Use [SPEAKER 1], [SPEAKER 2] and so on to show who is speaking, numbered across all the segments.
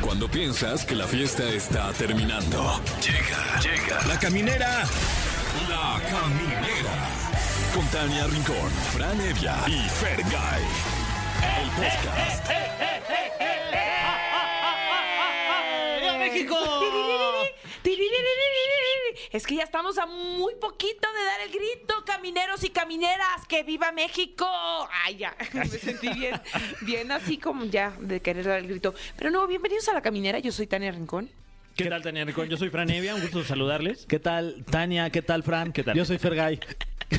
[SPEAKER 1] Cuando piensas que la fiesta está terminando. Llega, llega. La caminera. La caminera. Con Tania Rincón, Fran Evia y Fergay. El podcast.
[SPEAKER 2] ¡Viva México!
[SPEAKER 3] Es que ya estamos a muy poquito de dar el grito, camineros y camineras, que viva México. Ay, ya, me sentí bien, bien así como ya de querer dar el grito. Pero no, bienvenidos a la caminera, yo soy Tania Rincón.
[SPEAKER 2] ¿Qué tal, Tania Rincón? Yo soy Fran Evia, un gusto saludarles.
[SPEAKER 4] ¿Qué tal, Tania? ¿Qué tal, Fran?
[SPEAKER 2] ¿Qué tal?
[SPEAKER 4] Yo soy Fergay.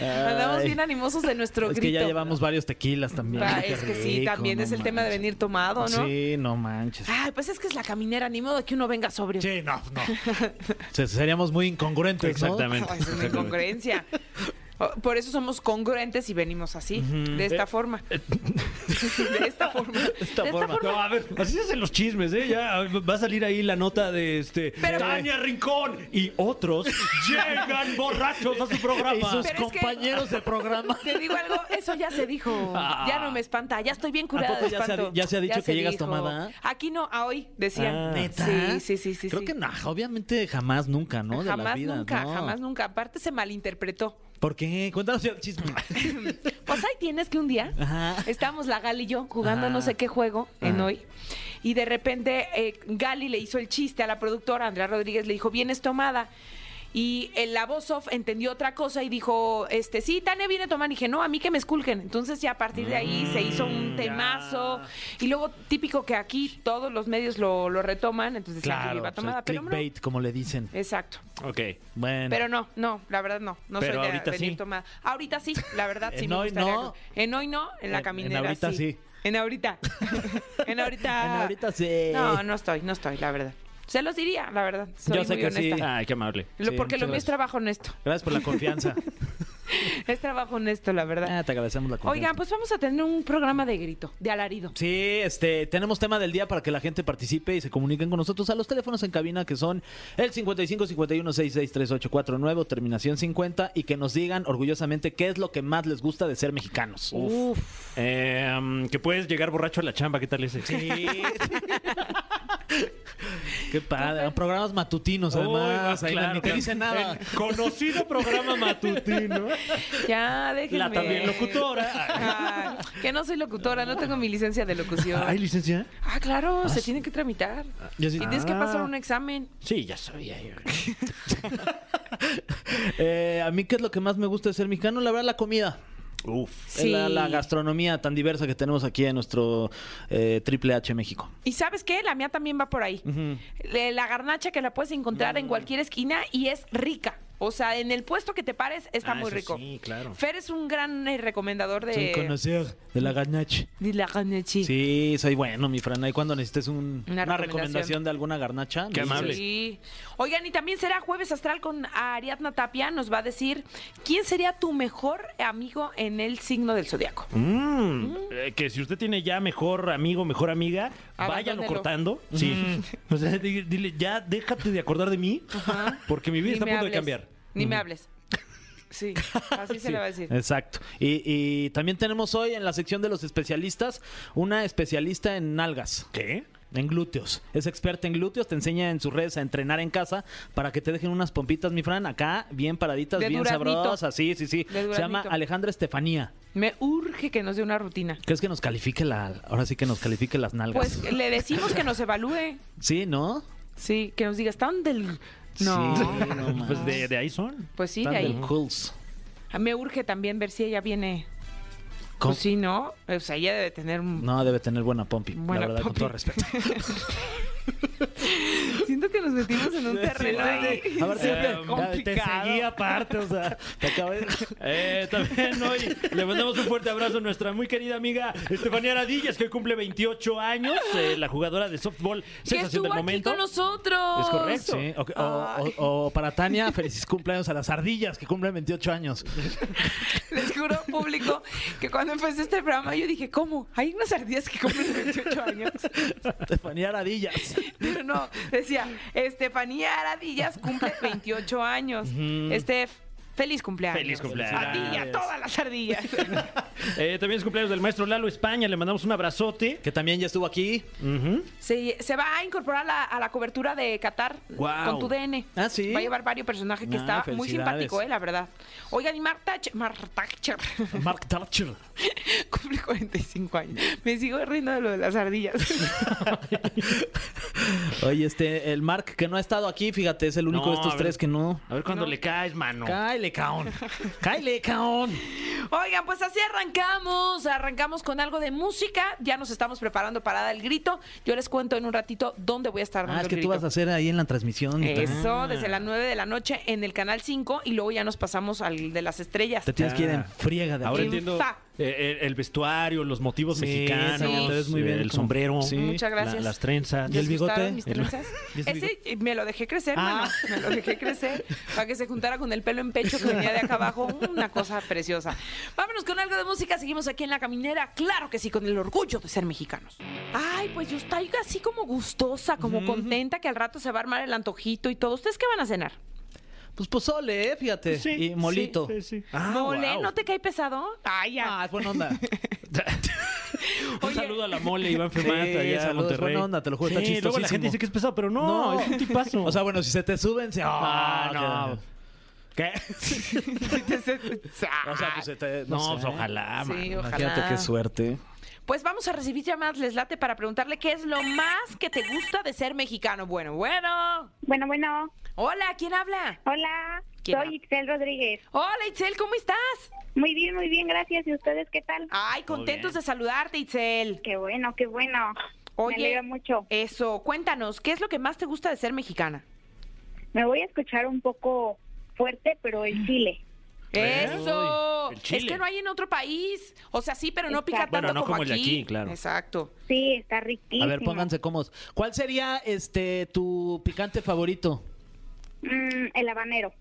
[SPEAKER 3] Andamos
[SPEAKER 4] Ay,
[SPEAKER 3] bien animosos de nuestro
[SPEAKER 4] Es
[SPEAKER 3] grito.
[SPEAKER 4] que ya llevamos varios tequilas también.
[SPEAKER 3] Ah,
[SPEAKER 4] Qué
[SPEAKER 3] es que sí,
[SPEAKER 4] rico,
[SPEAKER 3] también
[SPEAKER 4] no
[SPEAKER 3] es el tema de
[SPEAKER 4] manches.
[SPEAKER 3] venir tomado, ¿no?
[SPEAKER 4] Sí, no manches.
[SPEAKER 3] Ay, pues es que es la caminera, ni modo que uno venga sobrio.
[SPEAKER 4] Sí, no, no. O sea, seríamos muy incongruentes, ¿no?
[SPEAKER 2] Exactamente.
[SPEAKER 3] Ay, es una incongruencia. Oh, Por eso somos congruentes y venimos así, de
[SPEAKER 4] Eh,
[SPEAKER 3] esta forma. De esta forma. De esta
[SPEAKER 4] forma.
[SPEAKER 2] No, a ver, así se hacen los chismes, ¿eh? Ya va a salir ahí la nota de este.
[SPEAKER 3] Pero-
[SPEAKER 2] Tania Rincón y otros llegan borrachos a su programa.
[SPEAKER 4] Y sus
[SPEAKER 3] Pero es que-
[SPEAKER 4] compañeros de programa.
[SPEAKER 3] Te digo algo, eso ya se dijo.
[SPEAKER 4] Ah.
[SPEAKER 3] Ya no me espanta, ya estoy bien curada
[SPEAKER 4] ¿A poco
[SPEAKER 3] de
[SPEAKER 4] ya se ha
[SPEAKER 3] espanto.
[SPEAKER 4] di- ya se ha dicho que llegas tomada?
[SPEAKER 3] Aquí no, a hoy, decían.
[SPEAKER 2] Ah.
[SPEAKER 4] ¿Neta?
[SPEAKER 3] Sí, sí, sí, sí.
[SPEAKER 4] Creo
[SPEAKER 3] sí.
[SPEAKER 4] que no, obviamente jamás, nunca, ¿no? De la
[SPEAKER 3] jamás
[SPEAKER 4] vida,
[SPEAKER 3] nunca,
[SPEAKER 4] no.
[SPEAKER 3] jamás nunca. Aparte se malinterpretó.
[SPEAKER 4] ¿Por qué? Cuéntanos el chisme.
[SPEAKER 3] Pues ahí tienes que un día
[SPEAKER 4] Ajá.
[SPEAKER 3] estábamos la Gali y yo jugando
[SPEAKER 4] Ajá.
[SPEAKER 3] no sé qué juego en
[SPEAKER 4] Ajá.
[SPEAKER 3] hoy. Y de repente eh, Gali le hizo el chiste a la productora, Andrea Rodríguez le dijo, vienes tomada. Y el la voz off entendió otra cosa y dijo, este, sí, Tania viene a tomar. Y dije, no, a mí que me esculquen. Entonces ya a partir de ahí se hizo
[SPEAKER 4] Mm,
[SPEAKER 3] un temazo. Y luego, típico que aquí todos los medios lo, lo retoman, entonces decían que
[SPEAKER 4] Claro,
[SPEAKER 3] iba
[SPEAKER 4] o sea,
[SPEAKER 3] tomada, pero no.
[SPEAKER 4] clickbait, como le dicen.
[SPEAKER 3] Exacto.
[SPEAKER 2] Ok.
[SPEAKER 4] Bueno.
[SPEAKER 3] Pero no, no, la verdad no. No
[SPEAKER 2] Pero
[SPEAKER 3] soy de
[SPEAKER 2] ahorita
[SPEAKER 3] venir
[SPEAKER 2] sí.
[SPEAKER 3] tomada. Ahorita sí, la verdad sí
[SPEAKER 4] En
[SPEAKER 3] me
[SPEAKER 4] hoy
[SPEAKER 3] gustaría.
[SPEAKER 4] no.
[SPEAKER 3] En hoy no, en
[SPEAKER 4] En-
[SPEAKER 3] la
[SPEAKER 4] en
[SPEAKER 3] caminera
[SPEAKER 4] ahorita sí.
[SPEAKER 3] En ahorita. en ahorita.
[SPEAKER 4] En ahorita sí.
[SPEAKER 3] No, no estoy, no estoy, la verdad. Se los diría, la verdad. Soy
[SPEAKER 4] Yo sé
[SPEAKER 3] muy
[SPEAKER 4] que sí. Ah,
[SPEAKER 3] honesta.
[SPEAKER 2] Ay, qué amable.
[SPEAKER 3] Lo-
[SPEAKER 4] Sí,
[SPEAKER 3] porque lo mío
[SPEAKER 4] muchas
[SPEAKER 3] es
[SPEAKER 4] gracias.
[SPEAKER 3] trabajo honesto.
[SPEAKER 4] Gracias por la confianza.
[SPEAKER 3] Es trabajo honesto, la verdad.
[SPEAKER 4] Ah, te agradecemos la confianza.
[SPEAKER 3] Oigan, pues vamos a tener un programa de grito, de alarido.
[SPEAKER 4] Sí, este, tenemos tema del día para que la gente participe y se comuniquen con nosotros a los teléfonos en cabina que son el 55 51 66 3849 o terminación 50 y que nos digan orgullosamente qué es lo que más les gusta de ser mexicanos.
[SPEAKER 2] Uf. Em, que puedes llegar borracho a la chamba, ¿qué tal ese?
[SPEAKER 4] Sí. qué padre. Programas matutinos, además.
[SPEAKER 2] Uy,
[SPEAKER 4] ahí
[SPEAKER 2] claro.
[SPEAKER 4] ni te dice nada.
[SPEAKER 2] El conocido programa matutino.
[SPEAKER 3] Ya, déjenme.
[SPEAKER 2] La también locutora.
[SPEAKER 3] Ay, que no soy locutora, no tengo mi licencia de locución.
[SPEAKER 2] ¿Hay licencia?
[SPEAKER 3] Ah, claro, se tiene que tramitar.
[SPEAKER 4] Yo
[SPEAKER 3] Y
[SPEAKER 4] sí-
[SPEAKER 3] tienes que
[SPEAKER 2] Ah.
[SPEAKER 3] pasar un examen.
[SPEAKER 2] Sí, ya sabía. yo.
[SPEAKER 4] Eh, a mí, ¿qué es lo que más me gusta de ser mexicano? La verdad, la comida. Uf.
[SPEAKER 3] Sí.
[SPEAKER 4] La, la gastronomía tan diversa que tenemos aquí en nuestro eh, Triple H México.
[SPEAKER 3] Y sabes qué, la mía también va por ahí. Le- La garnacha que la puedes encontrar en cualquier esquina y es rica. O sea, en el puesto que te pares está
[SPEAKER 2] Ah,
[SPEAKER 3] muy
[SPEAKER 2] eso
[SPEAKER 3] rico.
[SPEAKER 2] Sí, claro.
[SPEAKER 3] Fer es un gran eh, recomendador de...
[SPEAKER 4] Soy conocer de la garnache.
[SPEAKER 3] de la garnacha.
[SPEAKER 4] Sí, soy bueno, mi Fran. Y cuando necesites un-
[SPEAKER 3] Una
[SPEAKER 4] una, recomendación.
[SPEAKER 3] recomendación
[SPEAKER 4] de alguna garnacha,
[SPEAKER 2] Qué
[SPEAKER 4] me dices.
[SPEAKER 2] amable.
[SPEAKER 3] Sí. Oigan, y también será Jueves Astral con Ariadna Tapia. Nos va a decir quién sería tu mejor amigo en el signo del zodiaco.
[SPEAKER 2] Mm, eh, que si usted tiene ya mejor amigo, mejor amiga, váyanlo
[SPEAKER 3] Abandónelo.
[SPEAKER 2] cortando. Sí. O sea, di- dile, ya déjate de acordar de mí, porque mi vida
[SPEAKER 3] Ni
[SPEAKER 2] está a
[SPEAKER 3] me
[SPEAKER 2] punto de
[SPEAKER 3] hables.
[SPEAKER 2] cambiar.
[SPEAKER 3] Ni me hables. Sí, así se
[SPEAKER 4] Sí,
[SPEAKER 3] le va a
[SPEAKER 2] Eh.
[SPEAKER 3] decir.
[SPEAKER 4] Exacto. Y, y también tenemos hoy en la sección de los especialistas una especialista en nalgas.
[SPEAKER 2] ¿Qué?
[SPEAKER 4] En glúteos. Es experta en glúteos, te enseña en sus redes a entrenar en casa para que te dejen unas pompitas, mi Fran, acá, bien paraditas,
[SPEAKER 3] De
[SPEAKER 4] bien
[SPEAKER 3] duraznito.
[SPEAKER 4] sabrosas. Sí, sí, sí.
[SPEAKER 3] De
[SPEAKER 4] Se
[SPEAKER 3] duraznito.
[SPEAKER 4] llama Alejandra Estefanía.
[SPEAKER 3] Me urge que nos dé una rutina.
[SPEAKER 4] ¿Crees que nos califique la. Ahora sí que nos califique las nalgas?
[SPEAKER 3] Pues le decimos que nos evalúe.
[SPEAKER 4] sí, ¿no?
[SPEAKER 3] Sí, que nos diga, están del... No.
[SPEAKER 4] Sí, no más.
[SPEAKER 2] Pues de, de ahí son.
[SPEAKER 3] Pues sí,
[SPEAKER 4] Están
[SPEAKER 3] de ahí.
[SPEAKER 4] del cools.
[SPEAKER 3] Me urge también ver si ella viene.
[SPEAKER 4] ¿Cómo?
[SPEAKER 3] Pues sí, ¿no? O sea, ella debe tener un...
[SPEAKER 4] No, debe tener buena pompi.
[SPEAKER 3] Buena
[SPEAKER 4] la verdad,
[SPEAKER 3] pompi.
[SPEAKER 4] con todo respeto.
[SPEAKER 3] Siento que nos metimos en un terreno ahí.
[SPEAKER 4] A ver, siempre
[SPEAKER 2] Eh,
[SPEAKER 4] te seguí aparte, o sea, te acabé de-
[SPEAKER 2] Eh, también hoy le mandamos un fuerte abrazo a nuestra muy querida amiga Estefanía Radillas, que hoy cumple 28 años, eh, la jugadora de softball
[SPEAKER 3] Que
[SPEAKER 2] sensación
[SPEAKER 3] estuvo
[SPEAKER 2] del
[SPEAKER 3] aquí
[SPEAKER 2] momento.
[SPEAKER 3] con nosotros.
[SPEAKER 2] Es correcto.
[SPEAKER 4] Sí, ok, o,
[SPEAKER 3] Ay.
[SPEAKER 4] o- o para Tania, felices cumpleaños a las ardillas que cumplen 28 años.
[SPEAKER 3] Les juro, público, que cuando empecé este programa yo dije, ¿cómo? Hay unas ardillas que cumplen 28 años.
[SPEAKER 4] Estefanía Ardillas.
[SPEAKER 3] Pero no, decía, Estefanía Aradillas cumple 28 años. Estef, Este, Feliz cumpleaños.
[SPEAKER 2] Feliz cumpleaños.
[SPEAKER 3] A ti y a todas las ardillas.
[SPEAKER 2] Eh, también es cumpleaños del maestro Lalo España. Le mandamos un abrazote.
[SPEAKER 4] Que también ya estuvo aquí.
[SPEAKER 2] Ujú.
[SPEAKER 3] se, se va a incorporar la- a la cobertura de Qatar
[SPEAKER 2] Guau.
[SPEAKER 3] con tu DN.
[SPEAKER 4] Ah, ¿sí?
[SPEAKER 3] Va a llevar varios personajes que
[SPEAKER 4] Ah,
[SPEAKER 3] está muy
[SPEAKER 4] felicidades.
[SPEAKER 3] simpático, eh, la verdad. Oigan, y Marta Ch- Mar- Thatcher
[SPEAKER 2] Mark Thatcher.
[SPEAKER 3] cumple 45 años. Me sigo riendo de lo de las ardillas.
[SPEAKER 4] Oye, este, el Mark que no ha estado aquí, fíjate, es el único
[SPEAKER 2] No,
[SPEAKER 4] de estos
[SPEAKER 2] a ver.
[SPEAKER 4] tres que no.
[SPEAKER 2] A ver cuándo
[SPEAKER 3] No.
[SPEAKER 2] le caes, mano.
[SPEAKER 4] Cáele, caón. Cáele, caón.
[SPEAKER 3] Oigan, pues así arrancamos. Arrancamos con algo de música. Ya nos estamos preparando para dar el grito. Yo les cuento en un ratito dónde voy a estar dando
[SPEAKER 4] Ah, es
[SPEAKER 3] el
[SPEAKER 4] que tú
[SPEAKER 3] grito.
[SPEAKER 4] vas a hacer ahí en la transmisión. y todo.
[SPEAKER 3] Eso, desde las 9 de la noche en el canal 5 y luego ya nos pasamos al de las estrellas.
[SPEAKER 4] Te tienes que ir en
[SPEAKER 2] Ah.
[SPEAKER 4] friega de
[SPEAKER 2] Ahora
[SPEAKER 4] aquí.
[SPEAKER 3] En
[SPEAKER 2] entiendo
[SPEAKER 3] fa.
[SPEAKER 2] eh, el, el vestuario, los motivos
[SPEAKER 4] Sí,
[SPEAKER 2] mexicanos,
[SPEAKER 3] sí.
[SPEAKER 4] Te ves muy
[SPEAKER 2] eh,
[SPEAKER 4] bien
[SPEAKER 2] el
[SPEAKER 4] como-
[SPEAKER 2] sombrero,
[SPEAKER 4] Sí.
[SPEAKER 3] Muchas gracias.
[SPEAKER 2] la- las trenzas.
[SPEAKER 4] ¿Y el
[SPEAKER 3] ¿Les
[SPEAKER 4] bigote?
[SPEAKER 3] gustaron mis
[SPEAKER 4] El-
[SPEAKER 3] trenzas?
[SPEAKER 4] ¿Y ese
[SPEAKER 3] Ese eh, me lo dejé crecer,
[SPEAKER 4] Ah.
[SPEAKER 3] mano. Me lo dejé crecer para que se juntara con el pelo en pecho que venía de acá abajo. Una cosa preciosa. Vámonos con algo de música. Seguimos aquí en La Caminera. Claro que sí, con el orgullo de ser mexicanos. Ay, pues yo estoy así como gustosa, como contenta que al rato se va a armar el antojito y todo. ¿Ustedes qué van a cenar?
[SPEAKER 4] Pues pozole, eh, fíjate.
[SPEAKER 2] Sí,
[SPEAKER 4] y molito.
[SPEAKER 2] sí, sí, sí.
[SPEAKER 3] ¿Mole?
[SPEAKER 2] wow.
[SPEAKER 3] ¿No te cae pesado? Ay, ya.
[SPEAKER 4] Ah, es buena onda.
[SPEAKER 2] Un
[SPEAKER 3] Oye.
[SPEAKER 2] saludo a la mole, Iván
[SPEAKER 4] Sí,
[SPEAKER 2] Fermata, allá a
[SPEAKER 4] saludos,
[SPEAKER 2] Monterrey.
[SPEAKER 4] buena onda, te lo juro, está
[SPEAKER 2] Sí, luego la
[SPEAKER 4] chistosísimo.
[SPEAKER 2] gente dice que es pesado, pero no, es un tipazo.
[SPEAKER 4] O sea, bueno, si se te suben, se.
[SPEAKER 2] Ah, no. ¿Qué?
[SPEAKER 4] O sea, pues se te.
[SPEAKER 2] No,
[SPEAKER 4] No, sé.
[SPEAKER 2] pues ojalá,
[SPEAKER 3] Sí,
[SPEAKER 2] mano.
[SPEAKER 3] ojalá.
[SPEAKER 4] Imagínate qué suerte.
[SPEAKER 3] Pues vamos a recibir llamadas, les late, para preguntarle qué es lo más que te gusta de ser mexicano. Bueno, bueno.
[SPEAKER 5] Bueno, bueno,
[SPEAKER 3] Hola, ¿quién habla?
[SPEAKER 5] hola,
[SPEAKER 3] ¿Quién habla?
[SPEAKER 5] soy Itzel Rodríguez.
[SPEAKER 3] Hola, Itzel, ¿cómo estás?
[SPEAKER 5] Muy bien, muy bien, gracias. ¿Y ustedes qué tal?
[SPEAKER 3] Ay,
[SPEAKER 2] Muy
[SPEAKER 3] contentos
[SPEAKER 2] bien.
[SPEAKER 3] de saludarte, Itzel.
[SPEAKER 5] Qué bueno, qué bueno.
[SPEAKER 3] Oye.
[SPEAKER 5] Me alegra mucho.
[SPEAKER 3] Eso, cuéntanos, ¿qué es lo que más te gusta de ser mexicana?
[SPEAKER 5] Me voy a escuchar un poco fuerte, pero el chile.
[SPEAKER 3] Eso.
[SPEAKER 2] Eh, Uy, el
[SPEAKER 3] es
[SPEAKER 2] chile.
[SPEAKER 3] que no hay en otro país. O sea, sí, pero no pica
[SPEAKER 5] Exacto.
[SPEAKER 2] Bueno,
[SPEAKER 3] tanto
[SPEAKER 2] no
[SPEAKER 3] como,
[SPEAKER 2] como el de
[SPEAKER 3] aquí.
[SPEAKER 2] aquí, claro.
[SPEAKER 3] Exacto.
[SPEAKER 5] Sí, está riquísimo.
[SPEAKER 4] A ver, pónganse cómodos. ¿Cuál sería este tu picante favorito?
[SPEAKER 5] Mm, el habanero.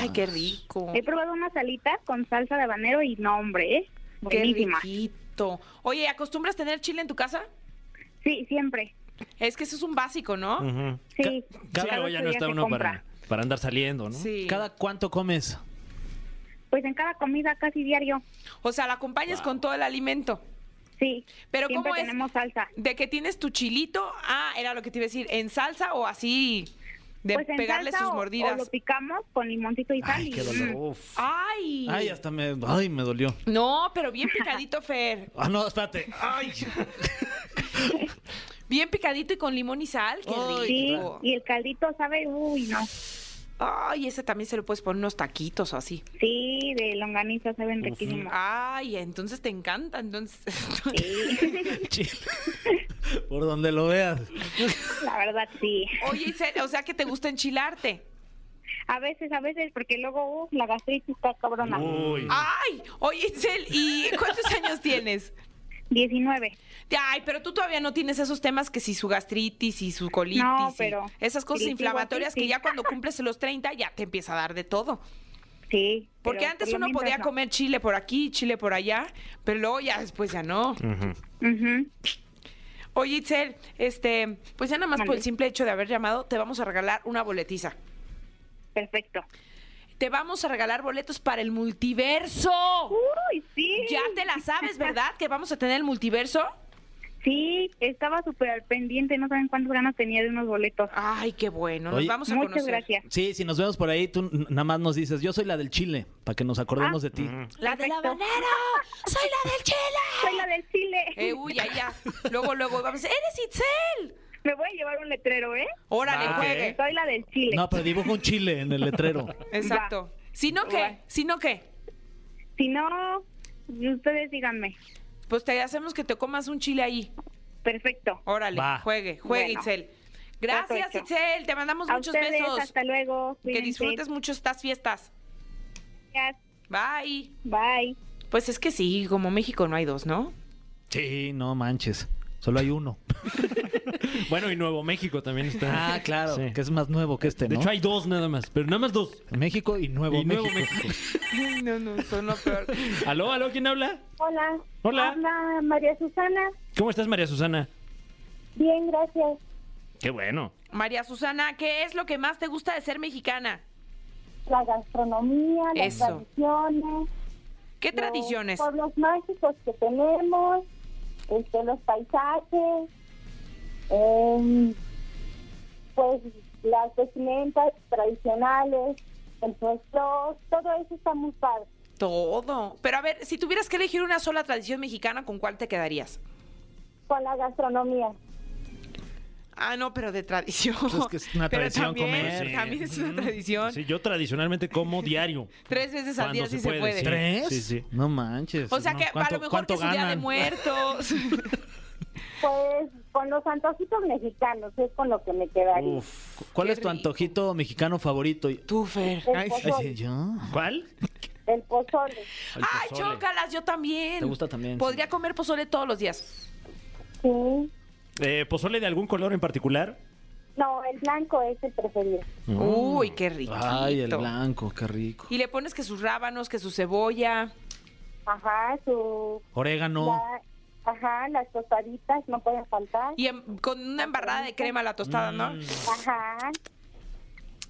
[SPEAKER 3] Ay, qué rico.
[SPEAKER 5] He probado unas alitas con salsa de habanero y no, hombre, ¿eh?
[SPEAKER 3] Qué
[SPEAKER 5] Buenísima.
[SPEAKER 3] riquito. Oye, ¿acostumbras tener chile en tu casa?
[SPEAKER 5] Sí, siempre.
[SPEAKER 3] Es que eso es un básico, ¿no?
[SPEAKER 2] Ujú.
[SPEAKER 5] Sí.
[SPEAKER 2] Ca-
[SPEAKER 5] Cada
[SPEAKER 2] luego
[SPEAKER 5] ocho
[SPEAKER 2] ya no
[SPEAKER 5] días
[SPEAKER 2] está
[SPEAKER 5] se
[SPEAKER 2] uno para,
[SPEAKER 5] compra.
[SPEAKER 2] para andar saliendo, ¿no?
[SPEAKER 3] Sí.
[SPEAKER 4] ¿Cada cuánto comes?
[SPEAKER 5] Pues en cada comida casi diario.
[SPEAKER 3] O sea, la acompañas con todo el alimento.
[SPEAKER 5] Sí.
[SPEAKER 3] Pero
[SPEAKER 5] siempre
[SPEAKER 3] ¿cómo es?
[SPEAKER 5] tenemos salsa.
[SPEAKER 3] De que tienes tu chilito, ah, era lo que te iba a decir, en salsa o así, de
[SPEAKER 5] pues en
[SPEAKER 3] pegarle
[SPEAKER 5] salsa
[SPEAKER 3] sus
[SPEAKER 5] o-
[SPEAKER 3] mordidas.
[SPEAKER 5] O, lo picamos con limoncito y sal.
[SPEAKER 4] Ay,
[SPEAKER 5] y,
[SPEAKER 4] qué
[SPEAKER 5] mm,
[SPEAKER 4] dolor.
[SPEAKER 3] Ay.
[SPEAKER 4] Ay, hasta me. Ay, me dolió.
[SPEAKER 3] No, pero bien picadito, Fer.
[SPEAKER 4] Ah, no, espérate. Ay.
[SPEAKER 3] Bien picadito y con limón y sal. Qué
[SPEAKER 4] Ay,
[SPEAKER 5] Sí,
[SPEAKER 3] rico.
[SPEAKER 5] y el caldito sabe, uy, no.
[SPEAKER 3] Ay, ese también se lo puedes poner unos taquitos o así.
[SPEAKER 5] Sí, de longaniza saben riquísimo.
[SPEAKER 3] Ah. Ay, entonces te encanta, entonces.
[SPEAKER 4] Por donde lo veas.
[SPEAKER 5] La verdad, sí.
[SPEAKER 3] Oye, Itzel, o sea que te gusta enchilarte.
[SPEAKER 5] A veces, a veces, porque luego, uf, la gastritis está cabrona.
[SPEAKER 2] Uy.
[SPEAKER 3] Ay, oye, Itzel, ¿y cuántos años tienes?
[SPEAKER 5] 19.
[SPEAKER 3] Ay, pero tú todavía no tienes esos temas que si su gastritis y su colitis.
[SPEAKER 5] No,
[SPEAKER 3] y
[SPEAKER 5] pero
[SPEAKER 3] Esas cosas
[SPEAKER 5] sí,
[SPEAKER 3] inflamatorias que
[SPEAKER 5] igual sí, sí.
[SPEAKER 3] ya cuando cumples los 30 ya te empieza a dar de todo.
[SPEAKER 5] Sí.
[SPEAKER 3] Porque
[SPEAKER 5] pero
[SPEAKER 3] antes
[SPEAKER 5] por lo
[SPEAKER 3] uno
[SPEAKER 5] mientras
[SPEAKER 3] podía
[SPEAKER 5] no.
[SPEAKER 3] comer chile por aquí, chile por allá, pero luego ya después ya no.
[SPEAKER 2] Ujú.
[SPEAKER 5] Ujú.
[SPEAKER 3] Oye, Itzel, este, pues ya nada más por
[SPEAKER 5] Mande.
[SPEAKER 3] el simple hecho de haber llamado, te vamos a regalar una boletiza.
[SPEAKER 5] Perfecto.
[SPEAKER 3] Te vamos a regalar boletos para el multiverso.
[SPEAKER 5] Uy, sí.
[SPEAKER 3] Ya te la sabes, ¿verdad? Que vamos a tener el multiverso.
[SPEAKER 5] Sí, estaba súper al pendiente. No saben cuántas ganas tenía de unos boletos.
[SPEAKER 3] Ay, qué bueno. Nos
[SPEAKER 4] Oye,
[SPEAKER 3] Ah, vamos a
[SPEAKER 5] Muchas
[SPEAKER 3] conocer.
[SPEAKER 5] gracias.
[SPEAKER 4] Sí, si nos vemos por ahí, tú n- nada más nos dices, yo soy la del Chile, para que nos acordemos de ti.
[SPEAKER 3] La del
[SPEAKER 5] Perfecto.
[SPEAKER 3] habanero. Soy la del chile.
[SPEAKER 5] Soy la del chile.
[SPEAKER 3] Eh, uy, ya, ya. Luego, luego, vamos. ¡Eres Itzel!
[SPEAKER 5] Me voy a llevar un letrero, ¿eh?
[SPEAKER 3] Órale,
[SPEAKER 2] Va.
[SPEAKER 3] juegue.
[SPEAKER 5] Soy la del chile.
[SPEAKER 4] No, pero dibujo un chile en el letrero.
[SPEAKER 3] Exacto. Si no, ¿qué?
[SPEAKER 5] Va.
[SPEAKER 3] Si no, ¿qué?
[SPEAKER 5] Si no, ustedes díganme.
[SPEAKER 3] Pues te hacemos que te comas un chile ahí.
[SPEAKER 5] Perfecto.
[SPEAKER 3] Órale,
[SPEAKER 4] Va.
[SPEAKER 3] juegue, juegue,
[SPEAKER 5] Bueno.
[SPEAKER 3] Itzel. Gracias,
[SPEAKER 5] Perfecto.
[SPEAKER 3] Itzel. Te mandamos
[SPEAKER 5] A
[SPEAKER 3] muchos
[SPEAKER 5] ustedes,
[SPEAKER 3] besos.
[SPEAKER 5] hasta luego.
[SPEAKER 3] que
[SPEAKER 5] Cuídense.
[SPEAKER 3] disfrutes mucho estas fiestas.
[SPEAKER 5] Gracias.
[SPEAKER 3] Bye.
[SPEAKER 5] Bye.
[SPEAKER 3] Pues es que sí, como México no hay dos, ¿no?
[SPEAKER 4] Sí, no manches. Solo hay uno.
[SPEAKER 2] Bueno, y Nuevo México también está.
[SPEAKER 4] Ah, claro.
[SPEAKER 2] Sí.
[SPEAKER 4] Que es más nuevo que este,
[SPEAKER 2] De
[SPEAKER 4] ¿no?
[SPEAKER 2] hecho, hay dos nada más, pero nada más dos.
[SPEAKER 4] México y Nuevo
[SPEAKER 2] y Nuevo
[SPEAKER 4] México.
[SPEAKER 2] México.
[SPEAKER 3] No, no, sonó peor.
[SPEAKER 2] aló, aló, ¿quién habla?
[SPEAKER 5] Hola.
[SPEAKER 2] Hola.
[SPEAKER 5] Habla María Susana.
[SPEAKER 2] ¿Cómo estás, María Susana?
[SPEAKER 5] Bien, gracias.
[SPEAKER 2] Qué bueno.
[SPEAKER 3] María Susana, ¿qué es lo que más te gusta de ser mexicana?
[SPEAKER 5] la gastronomía, las
[SPEAKER 3] Eso.
[SPEAKER 5] tradiciones,
[SPEAKER 3] ¿Qué tradiciones?
[SPEAKER 5] los pueblos mágicos que tenemos, este, los paisajes, em, pues las vestimentas tradicionales, el folclore, todo eso está muy padre.
[SPEAKER 3] Todo. Pero a ver, si tuvieras que elegir una sola tradición mexicana, ¿con cuál te quedarías?
[SPEAKER 5] Con la gastronomía.
[SPEAKER 3] Ah, no, pero de tradición.
[SPEAKER 4] Pues es que es una
[SPEAKER 3] Pero
[SPEAKER 4] tradición
[SPEAKER 3] también,
[SPEAKER 4] comer,
[SPEAKER 2] sí.
[SPEAKER 3] También es una tradición.
[SPEAKER 2] Sí, yo tradicionalmente como diario.
[SPEAKER 3] Tres veces al día
[SPEAKER 2] Cuando
[SPEAKER 3] sí se puede.
[SPEAKER 2] sí.
[SPEAKER 4] ¿Tres?
[SPEAKER 2] Sí, sí.
[SPEAKER 4] No manches.
[SPEAKER 3] O sea
[SPEAKER 4] no.
[SPEAKER 3] que a
[SPEAKER 4] ¿Cuánto-
[SPEAKER 3] lo mejor
[SPEAKER 4] cuánto
[SPEAKER 3] que es un día de
[SPEAKER 4] ganan?
[SPEAKER 3] muertos.
[SPEAKER 5] Pues con los antojitos mexicanos es con lo que me quedaría.
[SPEAKER 3] Uh.
[SPEAKER 2] Uf.
[SPEAKER 4] Cu- ¿Cuál
[SPEAKER 3] Qué
[SPEAKER 4] es tu
[SPEAKER 3] rico.
[SPEAKER 4] antojito mexicano favorito? Y-
[SPEAKER 3] Tú, Fer.
[SPEAKER 5] El
[SPEAKER 3] Ay, sí.
[SPEAKER 4] Ay,
[SPEAKER 5] pozole,
[SPEAKER 4] sí, yo.
[SPEAKER 2] ¿Cuál?
[SPEAKER 5] el pozole.
[SPEAKER 2] El
[SPEAKER 3] Ay,
[SPEAKER 2] pozole.
[SPEAKER 3] chócalas, yo también.
[SPEAKER 4] ¿Te gusta también?
[SPEAKER 3] Podría comer pozole todos los días.
[SPEAKER 5] Sí.
[SPEAKER 2] Eh, ¿Pozole de algún color en particular?
[SPEAKER 5] No, el blanco es el preferido.
[SPEAKER 3] Uy, qué rico.
[SPEAKER 4] Ay, el blanco, qué rico.
[SPEAKER 3] Y le pones que sus rábanos, que su cebolla.
[SPEAKER 5] Ajá, su...
[SPEAKER 4] Orégano.
[SPEAKER 5] la- ajá, las tostaditas no pueden faltar.
[SPEAKER 3] Y em- con una embarrada de crema a la tostada, ¿no?
[SPEAKER 4] Mm.
[SPEAKER 5] Ajá.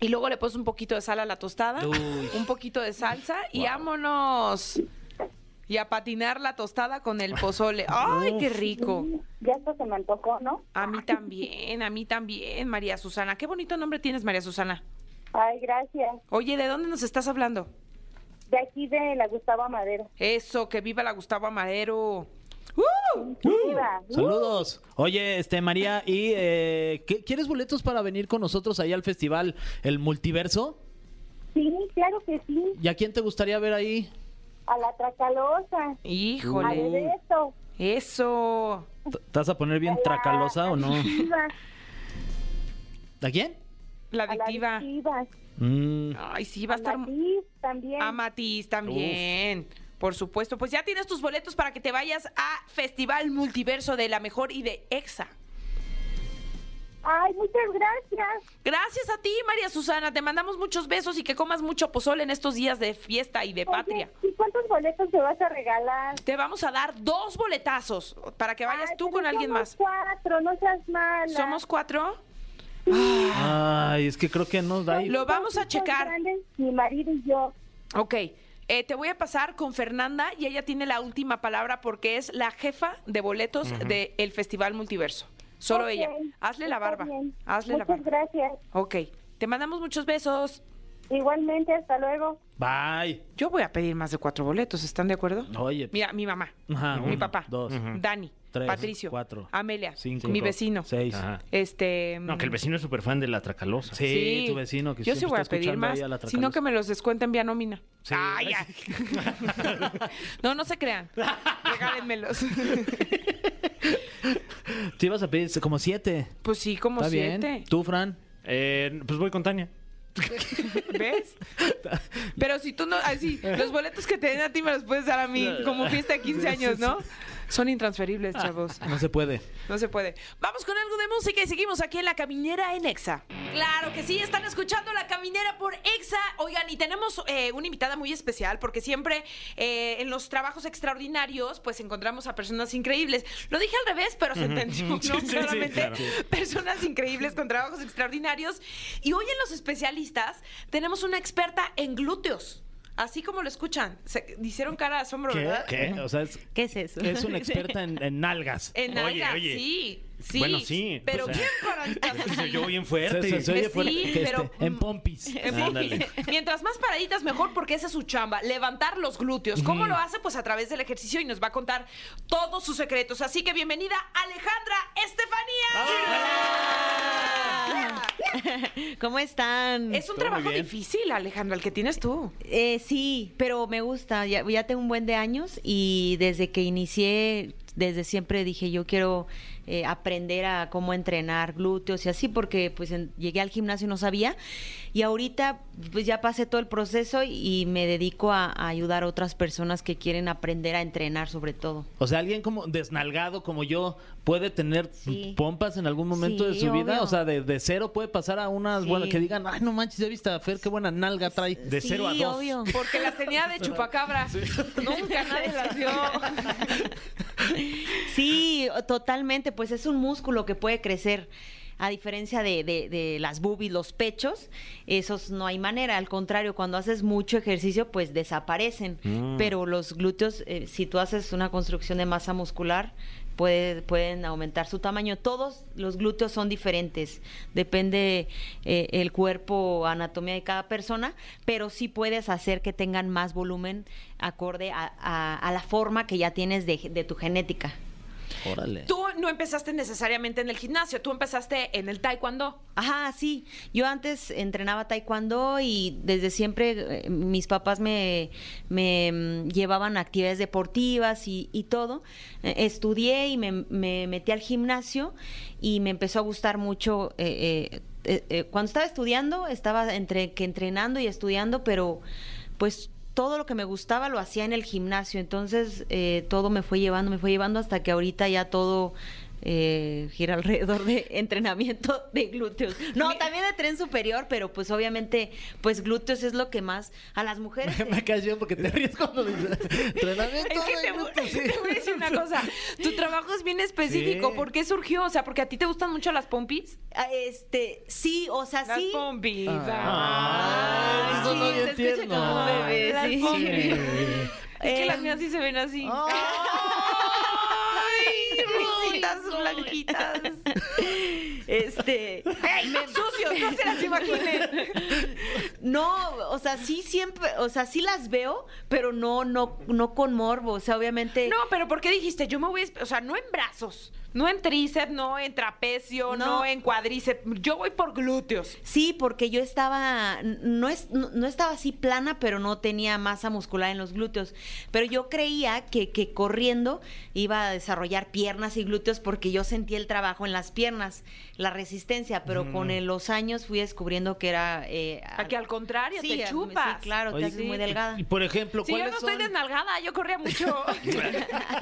[SPEAKER 3] Y luego le pones un poquito de sal a la tostada,
[SPEAKER 4] Uy.
[SPEAKER 3] un poquito de salsa y vámonos. Y a patinar la tostada con el pozole. ¡Ay, qué rico! Ah.
[SPEAKER 5] Ya esto se me antojó, ¿no?
[SPEAKER 3] A mí también, a mí también, María Susana. Qué bonito nombre tienes, María Susana.
[SPEAKER 5] Ay, gracias.
[SPEAKER 3] Oye, ¿de dónde nos estás hablando?
[SPEAKER 5] De aquí de la Gustavo Madero.
[SPEAKER 3] Eso, que viva la Gustavo Amadero. ¡Uh!
[SPEAKER 5] Viva.
[SPEAKER 4] Saludos. Oye, este María, ¿y eh, ¿qué- quieres boletos para venir con nosotros ahí al festival El Multiverso?
[SPEAKER 5] Sí, claro que sí.
[SPEAKER 4] ¿Y a quién te gustaría ver ahí?
[SPEAKER 5] A la Tracalosa. A
[SPEAKER 3] Híjole.
[SPEAKER 5] Bebeto.
[SPEAKER 3] Eso.
[SPEAKER 4] ¿Te vas a poner bien
[SPEAKER 5] a la
[SPEAKER 4] tracalosa o no?
[SPEAKER 5] Adictiva,
[SPEAKER 4] ¿A quién?
[SPEAKER 3] La
[SPEAKER 5] A la
[SPEAKER 3] adictiva.
[SPEAKER 5] adictiva.
[SPEAKER 4] Mm,
[SPEAKER 3] Ay, sí, va a
[SPEAKER 5] A
[SPEAKER 3] estar.
[SPEAKER 5] Matiz también.
[SPEAKER 3] A Matiz también. Por supuesto. Pues ya tienes tus boletos para que te vayas a Festival Multiverso de la Mejor y de EXA.
[SPEAKER 5] Ay, muchas gracias.
[SPEAKER 3] Gracias a ti, María Susana. Te mandamos muchos besos y que comas mucho pozole en estos días de fiesta y de
[SPEAKER 5] Oye,
[SPEAKER 3] patria.
[SPEAKER 5] ¿Y cuántos boletos te vas a regalar?
[SPEAKER 3] Te vamos a dar dos boletazos para que vayas
[SPEAKER 5] Ay, pues
[SPEAKER 3] tú
[SPEAKER 5] pero
[SPEAKER 3] con alguien
[SPEAKER 5] somos
[SPEAKER 3] más.
[SPEAKER 5] Cuatro, no seas mala.
[SPEAKER 3] Somos cuatro.
[SPEAKER 4] Ay, es que creo que no da ahí.
[SPEAKER 3] Ah.
[SPEAKER 5] pues,
[SPEAKER 3] Lo vamos a
[SPEAKER 5] Somos
[SPEAKER 3] checar.
[SPEAKER 5] grandes, mi marido y yo.
[SPEAKER 3] Ok. eh, te voy a pasar con Fernanda y ella tiene la última palabra porque es la jefa de boletos del Festival Multiverso. Solo
[SPEAKER 5] Ok,
[SPEAKER 3] ella. Hazle la
[SPEAKER 5] está
[SPEAKER 3] barba.
[SPEAKER 5] bien.
[SPEAKER 3] Hazle la
[SPEAKER 5] Muchas
[SPEAKER 3] barba.
[SPEAKER 5] gracias.
[SPEAKER 3] Ok. Te mandamos muchos besos.
[SPEAKER 5] Igualmente, hasta luego.
[SPEAKER 4] Bye.
[SPEAKER 3] Yo voy a pedir más de cuatro boletos, ¿están de acuerdo?
[SPEAKER 4] Oye.
[SPEAKER 3] Mira, mi mamá,
[SPEAKER 4] Ajá,
[SPEAKER 3] mi
[SPEAKER 4] uno,
[SPEAKER 3] papá,
[SPEAKER 4] dos,
[SPEAKER 3] Dani,
[SPEAKER 4] tres,
[SPEAKER 3] Patricio,
[SPEAKER 4] cuatro,
[SPEAKER 3] Amelia,
[SPEAKER 4] cinco,
[SPEAKER 3] mi vecino,
[SPEAKER 4] Seis.
[SPEAKER 2] Ajá.
[SPEAKER 3] este...
[SPEAKER 2] No, que el vecino es súper fan de la Tracalosa.
[SPEAKER 4] Sí, tu vecino que
[SPEAKER 3] Yo sí
[SPEAKER 4] siempre
[SPEAKER 3] voy a
[SPEAKER 4] está
[SPEAKER 3] pedir
[SPEAKER 4] escuchando
[SPEAKER 3] más,
[SPEAKER 4] ahí a la
[SPEAKER 3] sino que
[SPEAKER 4] Tracalosa.
[SPEAKER 3] me los descuenten vía nómina.
[SPEAKER 4] Sí.
[SPEAKER 3] Ah, ya. no, no se crean. Regálenmelos.
[SPEAKER 4] Te ibas a pedir como siete.
[SPEAKER 3] pues sí, como
[SPEAKER 4] ¿Está
[SPEAKER 3] siete.
[SPEAKER 4] bien? ¿Tú, Fran?
[SPEAKER 2] Eh, pues voy con Tania.
[SPEAKER 3] ¿Ves? Pero si tú no, así, los boletos que te den a ti me los puedes dar a mí, como fiesta de 15 años, ¿no? Son intransferibles, chavos.
[SPEAKER 4] No se puede.
[SPEAKER 3] No se puede. Vamos con algo de música y seguimos aquí en La Caminera en Exa. Claro que sí, están escuchando La Caminera por Exa. Oigan, y tenemos eh, una invitada muy especial porque siempre eh, en los trabajos extraordinarios pues encontramos a personas increíbles. Lo dije al revés, pero se entendió, ¿no?
[SPEAKER 2] Sí, sí, sí,
[SPEAKER 3] Claramente,
[SPEAKER 2] claro.
[SPEAKER 3] personas increíbles con trabajos extraordinarios. Y hoy en Los Especialistas tenemos una experta en glúteos. Así como lo escuchan, se hicieron cara de asombro, ¿verdad?
[SPEAKER 4] ¿Qué? O sea, es,
[SPEAKER 6] ¿Qué es eso?
[SPEAKER 4] es una experta en, en nalgas.
[SPEAKER 3] En
[SPEAKER 2] Oye,
[SPEAKER 3] nalgas,
[SPEAKER 2] oye.
[SPEAKER 3] sí. Sí.
[SPEAKER 2] Bueno, sí,
[SPEAKER 3] Pero
[SPEAKER 2] o sea.
[SPEAKER 3] ¿quién para
[SPEAKER 2] Soy yo bien
[SPEAKER 4] Se,
[SPEAKER 2] fuerte.
[SPEAKER 4] se- se oye
[SPEAKER 3] Pues Sí,
[SPEAKER 4] fuerte. que
[SPEAKER 3] pero- mm, em,
[SPEAKER 4] este, en pompis.
[SPEAKER 3] En fin,
[SPEAKER 2] Ándale.
[SPEAKER 3] Mientras más paraditas, mejor, porque esa es su chamba, levantar los glúteos. ¿Cómo lo hace? Pues a través del ejercicio y nos va a contar todos sus secretos. Así que bienvenida, Alejandra
[SPEAKER 2] Ah.
[SPEAKER 3] Estefanía.
[SPEAKER 6] ¿Cómo están?
[SPEAKER 3] Es un
[SPEAKER 2] Todo muy
[SPEAKER 3] trabajo
[SPEAKER 2] bien.
[SPEAKER 3] difícil, Alejandra, el que tienes tú.
[SPEAKER 6] Eh, sí, pero me gusta. Ya, ya tengo un buen de años y desde que inicié, desde siempre dije yo quiero eh, aprender a cómo entrenar glúteos y así, porque pues en- llegué al gimnasio y no sabía. Y ahorita pues ya pasé todo el proceso y me dedico a, a ayudar a otras personas que quieren aprender a entrenar sobre todo.
[SPEAKER 4] O sea, alguien como desnalgado como yo puede tener
[SPEAKER 6] Sí.
[SPEAKER 4] pompas en algún momento de
[SPEAKER 6] Sí,
[SPEAKER 4] su vida.
[SPEAKER 6] obvio.
[SPEAKER 4] O sea, de, de cero puede pasar a unas
[SPEAKER 6] Sí.
[SPEAKER 4] buenas que digan, ay, no manches, ya viste a Fer, qué buena nalga trae.
[SPEAKER 2] De cero a
[SPEAKER 6] Sí,
[SPEAKER 2] dos.
[SPEAKER 6] obvio.
[SPEAKER 3] Porque las tenía de chupacabra. Nunca nadie las vio.
[SPEAKER 6] Sí, o- totalmente, pues es un músculo que puede crecer. a diferencia de, de- de las boobies, los pechos, esos no hay manera. Al contrario, cuando haces mucho ejercicio, pues desaparecen. Pero los glúteos, eh, si tú haces una construcción de masa muscular, puede- pueden aumentar su tamaño. Todos los glúteos son diferentes, depende eh, el cuerpo, anatomía de cada persona, pero sí puedes hacer que tengan más volumen acorde a, a- a la forma que ya tienes de, de tu genética.
[SPEAKER 4] Órale.
[SPEAKER 3] Tú no empezaste necesariamente en el gimnasio, tú empezaste en el taekwondo.
[SPEAKER 6] Ajá, sí. Yo antes entrenaba taekwondo y desde siempre eh, mis papás me, me, mm, llevaban a actividades deportivas y, y todo. Eh, Estudié y me, me metí al gimnasio y me empezó a gustar mucho. eh, eh, eh, eh, cuando estaba estudiando, estaba entre que entrenando y estudiando, pero pues todo lo que me gustaba lo hacía en el gimnasio. Entonces eh, todo me fue llevando, me fue llevando hasta que ahorita ya todo eh, gira alrededor de entrenamiento de glúteos. No, también de tren superior, pero pues obviamente, pues glúteos es lo que más a las mujeres. eh,
[SPEAKER 4] Me caes bien porque te ríes cuando dices
[SPEAKER 3] Es
[SPEAKER 4] entrenamiento
[SPEAKER 3] que
[SPEAKER 4] de
[SPEAKER 3] te, voy-
[SPEAKER 4] glúteos, sí".
[SPEAKER 3] te voy a decir una cosa, tu trabajo es bien específico,
[SPEAKER 4] Sí.
[SPEAKER 3] ¿por qué surgió? O sea, porque a ti te gustan mucho las pompis.
[SPEAKER 6] Ah, Este, sí, o sea,
[SPEAKER 3] Las
[SPEAKER 6] sí.
[SPEAKER 3] pompis.
[SPEAKER 4] Ah,
[SPEAKER 6] eso no
[SPEAKER 3] se
[SPEAKER 6] lo
[SPEAKER 3] escucha
[SPEAKER 4] entiendo.
[SPEAKER 3] como bebé,
[SPEAKER 6] Las
[SPEAKER 3] sí.
[SPEAKER 6] pompis.
[SPEAKER 3] Es que
[SPEAKER 6] Eh,
[SPEAKER 3] las mías sí se ven así.
[SPEAKER 6] Ay,
[SPEAKER 3] Rositas
[SPEAKER 6] Rosita.
[SPEAKER 3] blanquitas.
[SPEAKER 6] Este, me-
[SPEAKER 3] Sucios, no se las imaginen.
[SPEAKER 6] No, o sea, sí siempre, o sea, sí las veo, pero no, no, no con morbo. O sea, obviamente.
[SPEAKER 3] No, pero ¿por qué dijiste? Yo me voy, a espe- o sea, no en brazos, no en tríceps, no en trapecio, no,
[SPEAKER 6] No.
[SPEAKER 3] en cuadríceps. Yo voy por glúteos.
[SPEAKER 6] Sí, porque yo estaba, no, es, no, no estaba así plana, pero no tenía masa muscular en los glúteos. Pero yo creía que, que corriendo iba a desarrollar piernas y glúteos porque yo sentía el trabajo en las piernas, la resistencia, pero
[SPEAKER 4] Mm.
[SPEAKER 6] con el- los años fui descubriendo que era... eh,
[SPEAKER 3] A que al contrario,
[SPEAKER 6] sí,
[SPEAKER 3] te
[SPEAKER 6] a-
[SPEAKER 3] chupas.
[SPEAKER 6] Sí, claro,
[SPEAKER 4] Oye,
[SPEAKER 6] te haces muy delgada.
[SPEAKER 4] Y por ejemplo,
[SPEAKER 3] Si yo
[SPEAKER 4] ¿cuáles
[SPEAKER 3] no estoy
[SPEAKER 4] son-
[SPEAKER 3] desnalgada, yo corría mucho.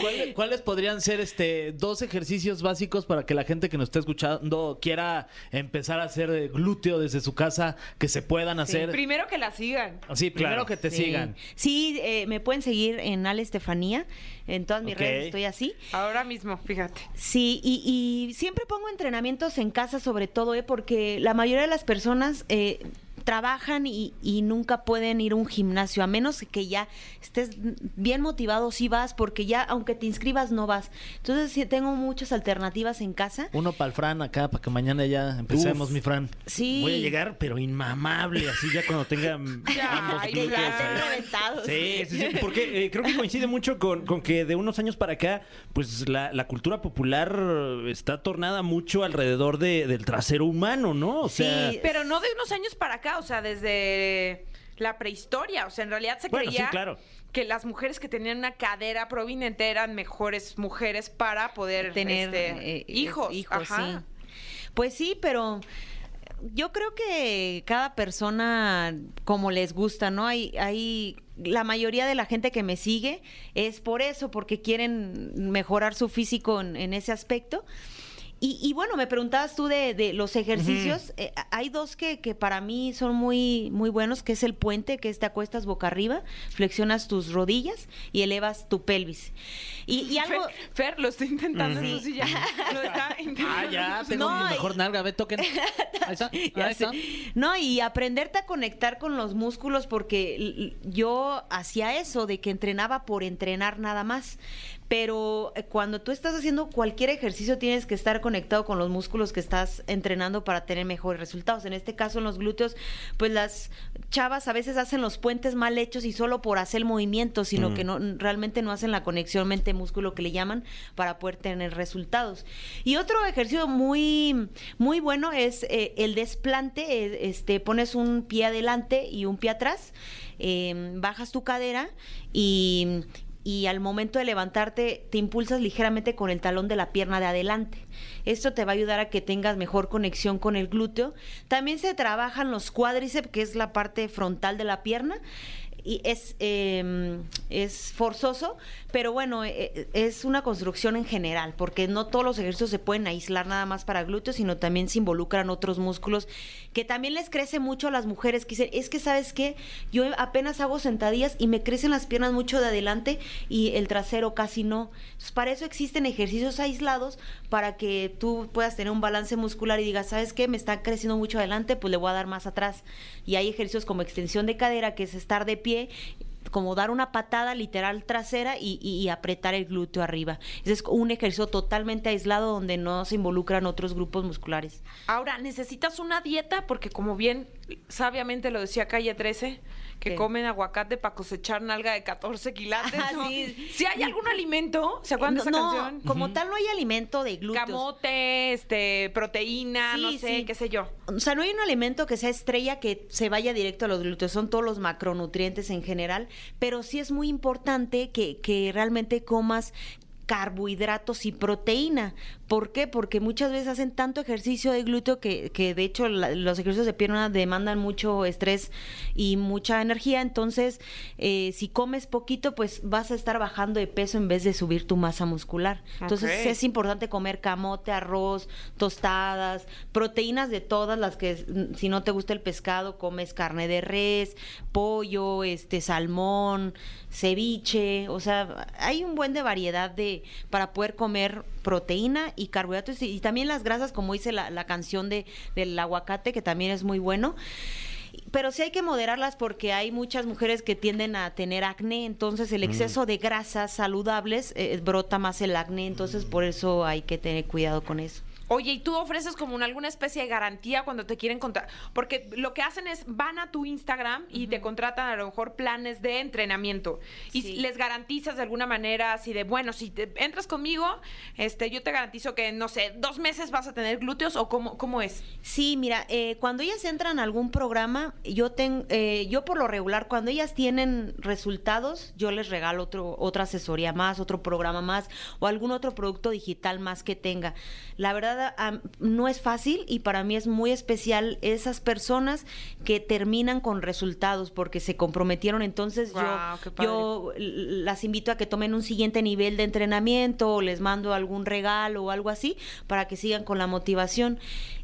[SPEAKER 4] ¿Cuál- ¿Cuáles podrían ser este dos ejercicios básicos para que la gente que nos está escuchando quiera empezar a hacer eh, glúteo desde su casa, que se puedan hacer? Sí,
[SPEAKER 3] Primero que la sigan.
[SPEAKER 4] primero
[SPEAKER 2] Claro.
[SPEAKER 4] que te
[SPEAKER 6] Sí.
[SPEAKER 4] sigan.
[SPEAKER 6] Sí, eh, me pueden seguir en Ale Estefanía, en todas mis
[SPEAKER 4] Ok.
[SPEAKER 6] redes estoy así.
[SPEAKER 3] Ahora mismo, fíjate.
[SPEAKER 6] Sí, y, y siempre pongo entrenamientos en casa sobre todo, ¿eh? porque la mayoría de las personas eh, trabajan y, y nunca pueden ir a un gimnasio, a menos que ya estés bien motivado si vas, porque ya aunque te inscribas no vas. Entonces sí, tengo muchas alternativas en casa.
[SPEAKER 4] Uno para el Fran acá, para que mañana ya empecemos,
[SPEAKER 2] Uf.
[SPEAKER 4] mi Fran.
[SPEAKER 6] Sí.
[SPEAKER 2] Voy a llegar, pero inmamable, así ya cuando tenga mm,
[SPEAKER 3] Ya,
[SPEAKER 2] ambos
[SPEAKER 3] ay,
[SPEAKER 2] glúteos
[SPEAKER 3] ya,
[SPEAKER 2] ahí.
[SPEAKER 3] ya.
[SPEAKER 6] reventados.
[SPEAKER 2] Sí, sí, sí, porque eh, creo que coincide mucho con, con que de unos años para acá, pues la, la cultura popular eh, está tornada mucho alrededor de- del trasero humano, ¿no? O sea,
[SPEAKER 6] Sí,
[SPEAKER 3] Pero no de unos años para acá, o sea, desde la prehistoria. O sea, en realidad se
[SPEAKER 2] Bueno,
[SPEAKER 3] creía
[SPEAKER 2] sí, claro.
[SPEAKER 3] que las mujeres que tenían una cadera prominente eran mejores mujeres para poder
[SPEAKER 6] tener
[SPEAKER 3] este,
[SPEAKER 6] eh,
[SPEAKER 3] hijos.
[SPEAKER 6] hijos,
[SPEAKER 3] Ajá.
[SPEAKER 6] sí. Pues sí, pero yo creo que cada persona como les gusta, ¿no? Hay, hay la mayoría de la gente que me sigue es por eso, porque quieren mejorar su físico en, en ese aspecto. Y, y bueno, me preguntabas tú de, de los ejercicios. Eh, a- hay dos que, que para mí son muy, muy buenos, que es el puente, que es te acuestas boca arriba, flexionas tus rodillas y elevas tu pelvis. Y, y algo...
[SPEAKER 3] Fer, Fer, lo estoy intentando, eso sí ya lo está intentando.
[SPEAKER 4] Ah, ya, tengo
[SPEAKER 6] No,
[SPEAKER 4] mi mejor
[SPEAKER 6] y-
[SPEAKER 4] nalga, ve, toquen. Ahí está,
[SPEAKER 6] Ya
[SPEAKER 4] ahí
[SPEAKER 6] sé.
[SPEAKER 4] está.
[SPEAKER 6] No, y aprenderte a conectar con los músculos porque l- l- yo hacía eso de que entrenaba por entrenar nada más. Pero eh, cuando tú estás haciendo cualquier ejercicio tienes que estar conectado con los músculos que estás entrenando para tener mejores resultados. En este caso en los glúteos, pues las chavas a veces hacen los puentes mal hechos y solo por hacer el movimiento, sino que no realmente no hacen la conexión mente-músculo que le llaman para poder tener resultados. Y otro ejercicio muy, muy bueno es eh, el desplante. eh, Este, pones un pie adelante y un pie atrás, eh, bajas tu cadera y, y al momento de levantarte te impulsas ligeramente con el talón de la pierna de adelante. Esto te va a ayudar a que tengas mejor conexión con el glúteo. También se trabajan los cuádriceps, que es la parte frontal de la pierna. y es, eh, es forzoso, pero bueno, eh, es una construcción en general, porque no todos los ejercicios se pueden aislar nada más para glúteos, sino también se involucran otros músculos, que también les crece mucho a las mujeres que dicen, es que sabes qué, yo apenas hago sentadillas y me crecen las piernas mucho de adelante y el trasero casi no. Entonces, para eso existen ejercicios aislados para que tú puedas tener un balance muscular y digas, ¿sabes qué? Me está creciendo mucho adelante, pues le voy a dar más atrás. Y hay ejercicios como extensión de cadera, que es estar de pie, como dar una patada literal trasera y, y- y apretar el glúteo arriba. Ese es un ejercicio totalmente aislado donde no se involucran otros grupos musculares.
[SPEAKER 3] Ahora, necesitas una dieta porque como bien sabiamente lo decía Calle 13, que
[SPEAKER 6] ¿Qué?
[SPEAKER 3] comen aguacate para cosechar nalga de 14 quilates.
[SPEAKER 6] Ah,
[SPEAKER 3] ¿no?
[SPEAKER 6] sí.
[SPEAKER 3] Si hay algún alimento, ¿se acuerdan de esa
[SPEAKER 6] no,
[SPEAKER 3] canción?
[SPEAKER 6] como tal no hay alimento de glúteos.
[SPEAKER 3] Camote, este, proteína,
[SPEAKER 6] Sí,
[SPEAKER 3] no sé,
[SPEAKER 6] sí.
[SPEAKER 3] qué sé yo.
[SPEAKER 6] O sea, no hay un alimento que sea estrella que se vaya directo a los glúteos, son todos los macronutrientes en general, pero sí es muy importante que, que realmente comas carbohidratos y proteína. ¿Por qué? Porque muchas veces hacen tanto ejercicio de glúteo que, que de hecho la- los ejercicios de pierna demandan mucho estrés y mucha energía. Entonces, eh, si comes poquito, pues vas a estar bajando de peso en vez de subir tu masa muscular. Entonces,
[SPEAKER 3] Ok.
[SPEAKER 6] sí es importante comer camote, arroz, tostadas, proteínas de todas las que, mm, si no te gusta el pescado, comes carne de res, pollo, este salmón, ceviche, o sea, hay un buen de variedad de para poder comer proteína y carbohidratos y, y también las grasas, como dice la, la canción de, del aguacate, que también es muy bueno pero sí hay que moderarlas porque hay muchas mujeres que tienden a tener acné, entonces el exceso de grasas saludables eh, brota más el acné, entonces por eso hay que tener cuidado con eso.
[SPEAKER 3] Oye, ¿y tú ofreces como una- alguna especie de garantía cuando te quieren contratar? Porque lo que hacen es van a tu Instagram y te contratan a lo mejor planes de entrenamiento. Y
[SPEAKER 6] Sí.
[SPEAKER 3] les garantizas de alguna manera así de, bueno, si te entras conmigo, este, yo te garantizo que, no sé, dos meses vas a tener glúteos o cómo, cómo es.
[SPEAKER 6] Sí, mira, eh, cuando ellas entran a algún programa, yo ten, eh, yo por lo regular, cuando ellas tienen resultados, yo les regalo otro, otra asesoría más, otro programa más o algún otro producto digital más que tenga. La verdad, am- no es fácil y para mí es muy especial esas personas que terminan con resultados porque se comprometieron. Entonces
[SPEAKER 3] Guau, qué
[SPEAKER 6] yo,
[SPEAKER 3] padre.
[SPEAKER 6] yo l- las invito a que tomen un siguiente nivel de entrenamiento o les mando algún regalo o algo así para que sigan con la motivación.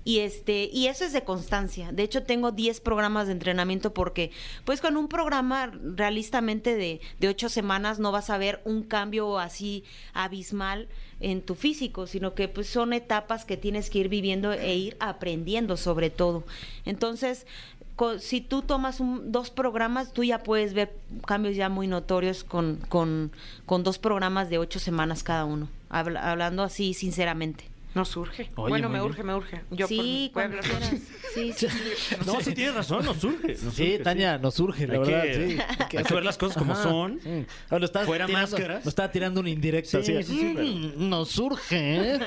[SPEAKER 6] Y este y eso es de constancia. De hecho tengo 10 programas de entrenamiento porque pues con un programa realistamente de de 8 semanas no vas a ver un cambio así abismal en tu físico, sino que pues son etapas que tienes que ir viviendo e ir aprendiendo sobre todo. Entonces, co- si tú tomas un- dos programas, tú ya puedes ver cambios ya muy notorios con, con, con dos programas de ocho semanas cada uno, Habla- hablando así sinceramente.
[SPEAKER 3] No surge.
[SPEAKER 4] Oye,
[SPEAKER 3] bueno,
[SPEAKER 4] muy
[SPEAKER 3] me
[SPEAKER 4] bien.
[SPEAKER 3] urge, me urge. Yo por mí,
[SPEAKER 6] sí,
[SPEAKER 3] voy a
[SPEAKER 6] cuando
[SPEAKER 3] hablar con-
[SPEAKER 6] quieras. Sí, sí.
[SPEAKER 2] No, sí tienes razón, nos surge. nos
[SPEAKER 4] Sí,
[SPEAKER 2] surge,
[SPEAKER 4] Tania, nos surge, la
[SPEAKER 2] Hay
[SPEAKER 4] verdad.
[SPEAKER 2] que-
[SPEAKER 4] sí.
[SPEAKER 2] hay que ver las cosas como son.
[SPEAKER 4] Ah, lo estás
[SPEAKER 2] Fuera
[SPEAKER 4] tirando-
[SPEAKER 2] máscaras.
[SPEAKER 4] Lo estaba tirando un indirecto.
[SPEAKER 2] Sí,
[SPEAKER 4] así.
[SPEAKER 2] sí, sí,
[SPEAKER 4] Mm,
[SPEAKER 2] pero-
[SPEAKER 4] Nos surge, ¿eh?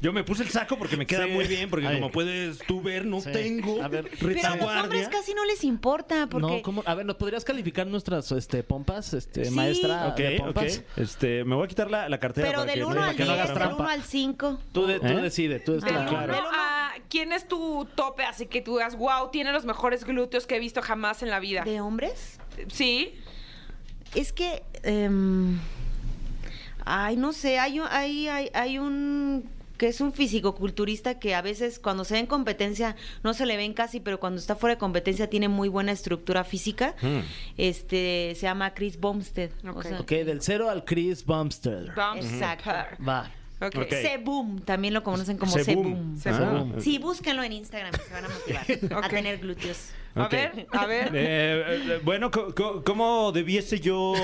[SPEAKER 2] Yo me puse el saco porque me queda
[SPEAKER 4] Sí.
[SPEAKER 2] muy bien, porque
[SPEAKER 4] Ay.
[SPEAKER 2] como puedes tú ver, no
[SPEAKER 4] Sí.
[SPEAKER 2] tengo.
[SPEAKER 4] A ver.
[SPEAKER 6] Pero a los hombres
[SPEAKER 2] retaguardia.
[SPEAKER 6] casi no les importa porque
[SPEAKER 4] No, ¿cómo? A ver, ¿nos podrías calificar nuestras este, pompas, este,
[SPEAKER 6] Sí.
[SPEAKER 4] maestra
[SPEAKER 2] Ok,
[SPEAKER 4] de
[SPEAKER 2] ok.
[SPEAKER 4] pompas?
[SPEAKER 2] Este, me voy a quitar la, la cartera.
[SPEAKER 6] Ah, pero
[SPEAKER 2] para
[SPEAKER 6] del
[SPEAKER 2] que no-
[SPEAKER 6] 1
[SPEAKER 2] para
[SPEAKER 6] al
[SPEAKER 2] que no
[SPEAKER 6] 10,
[SPEAKER 2] hagas
[SPEAKER 6] del
[SPEAKER 2] trampa.
[SPEAKER 6] 1 al 5.
[SPEAKER 4] Tú, de- tú
[SPEAKER 2] ¿Eh?
[SPEAKER 4] decides, tú
[SPEAKER 3] Del
[SPEAKER 4] decides.
[SPEAKER 3] uno
[SPEAKER 2] Claro.
[SPEAKER 3] a- Ah, ¿Quién es tu tope? Así que tú digas, wow, tiene los mejores glúteos que he visto jamás en la vida.
[SPEAKER 6] ¿De hombres?
[SPEAKER 3] Sí.
[SPEAKER 6] Es que. em, ay, no sé, hay, un- hay, hay, hay un que es un fisicoculturista que a veces cuando se ve en competencia no se le ven casi, pero cuando está fuera de competencia tiene muy buena estructura física.
[SPEAKER 2] Mm.
[SPEAKER 6] Este se llama Chris Bumstead.
[SPEAKER 3] Ok.
[SPEAKER 4] Ok, del 0 al Chris Bumster.
[SPEAKER 3] Bumps.
[SPEAKER 6] Exacto.
[SPEAKER 4] Va.
[SPEAKER 3] Ok.
[SPEAKER 2] Ok.
[SPEAKER 6] Sebum, también lo conocen como
[SPEAKER 2] Sebum.
[SPEAKER 6] Sebum.
[SPEAKER 3] Sebum.
[SPEAKER 2] Ah.
[SPEAKER 6] Sí, búsquenlo en Instagram, se van a motivar
[SPEAKER 3] Ok.
[SPEAKER 6] a tener glúteos.
[SPEAKER 3] A
[SPEAKER 2] Ok.
[SPEAKER 3] ver, a ver.
[SPEAKER 2] Eh, eh, bueno, co- co- ¿cómo debiese yo...?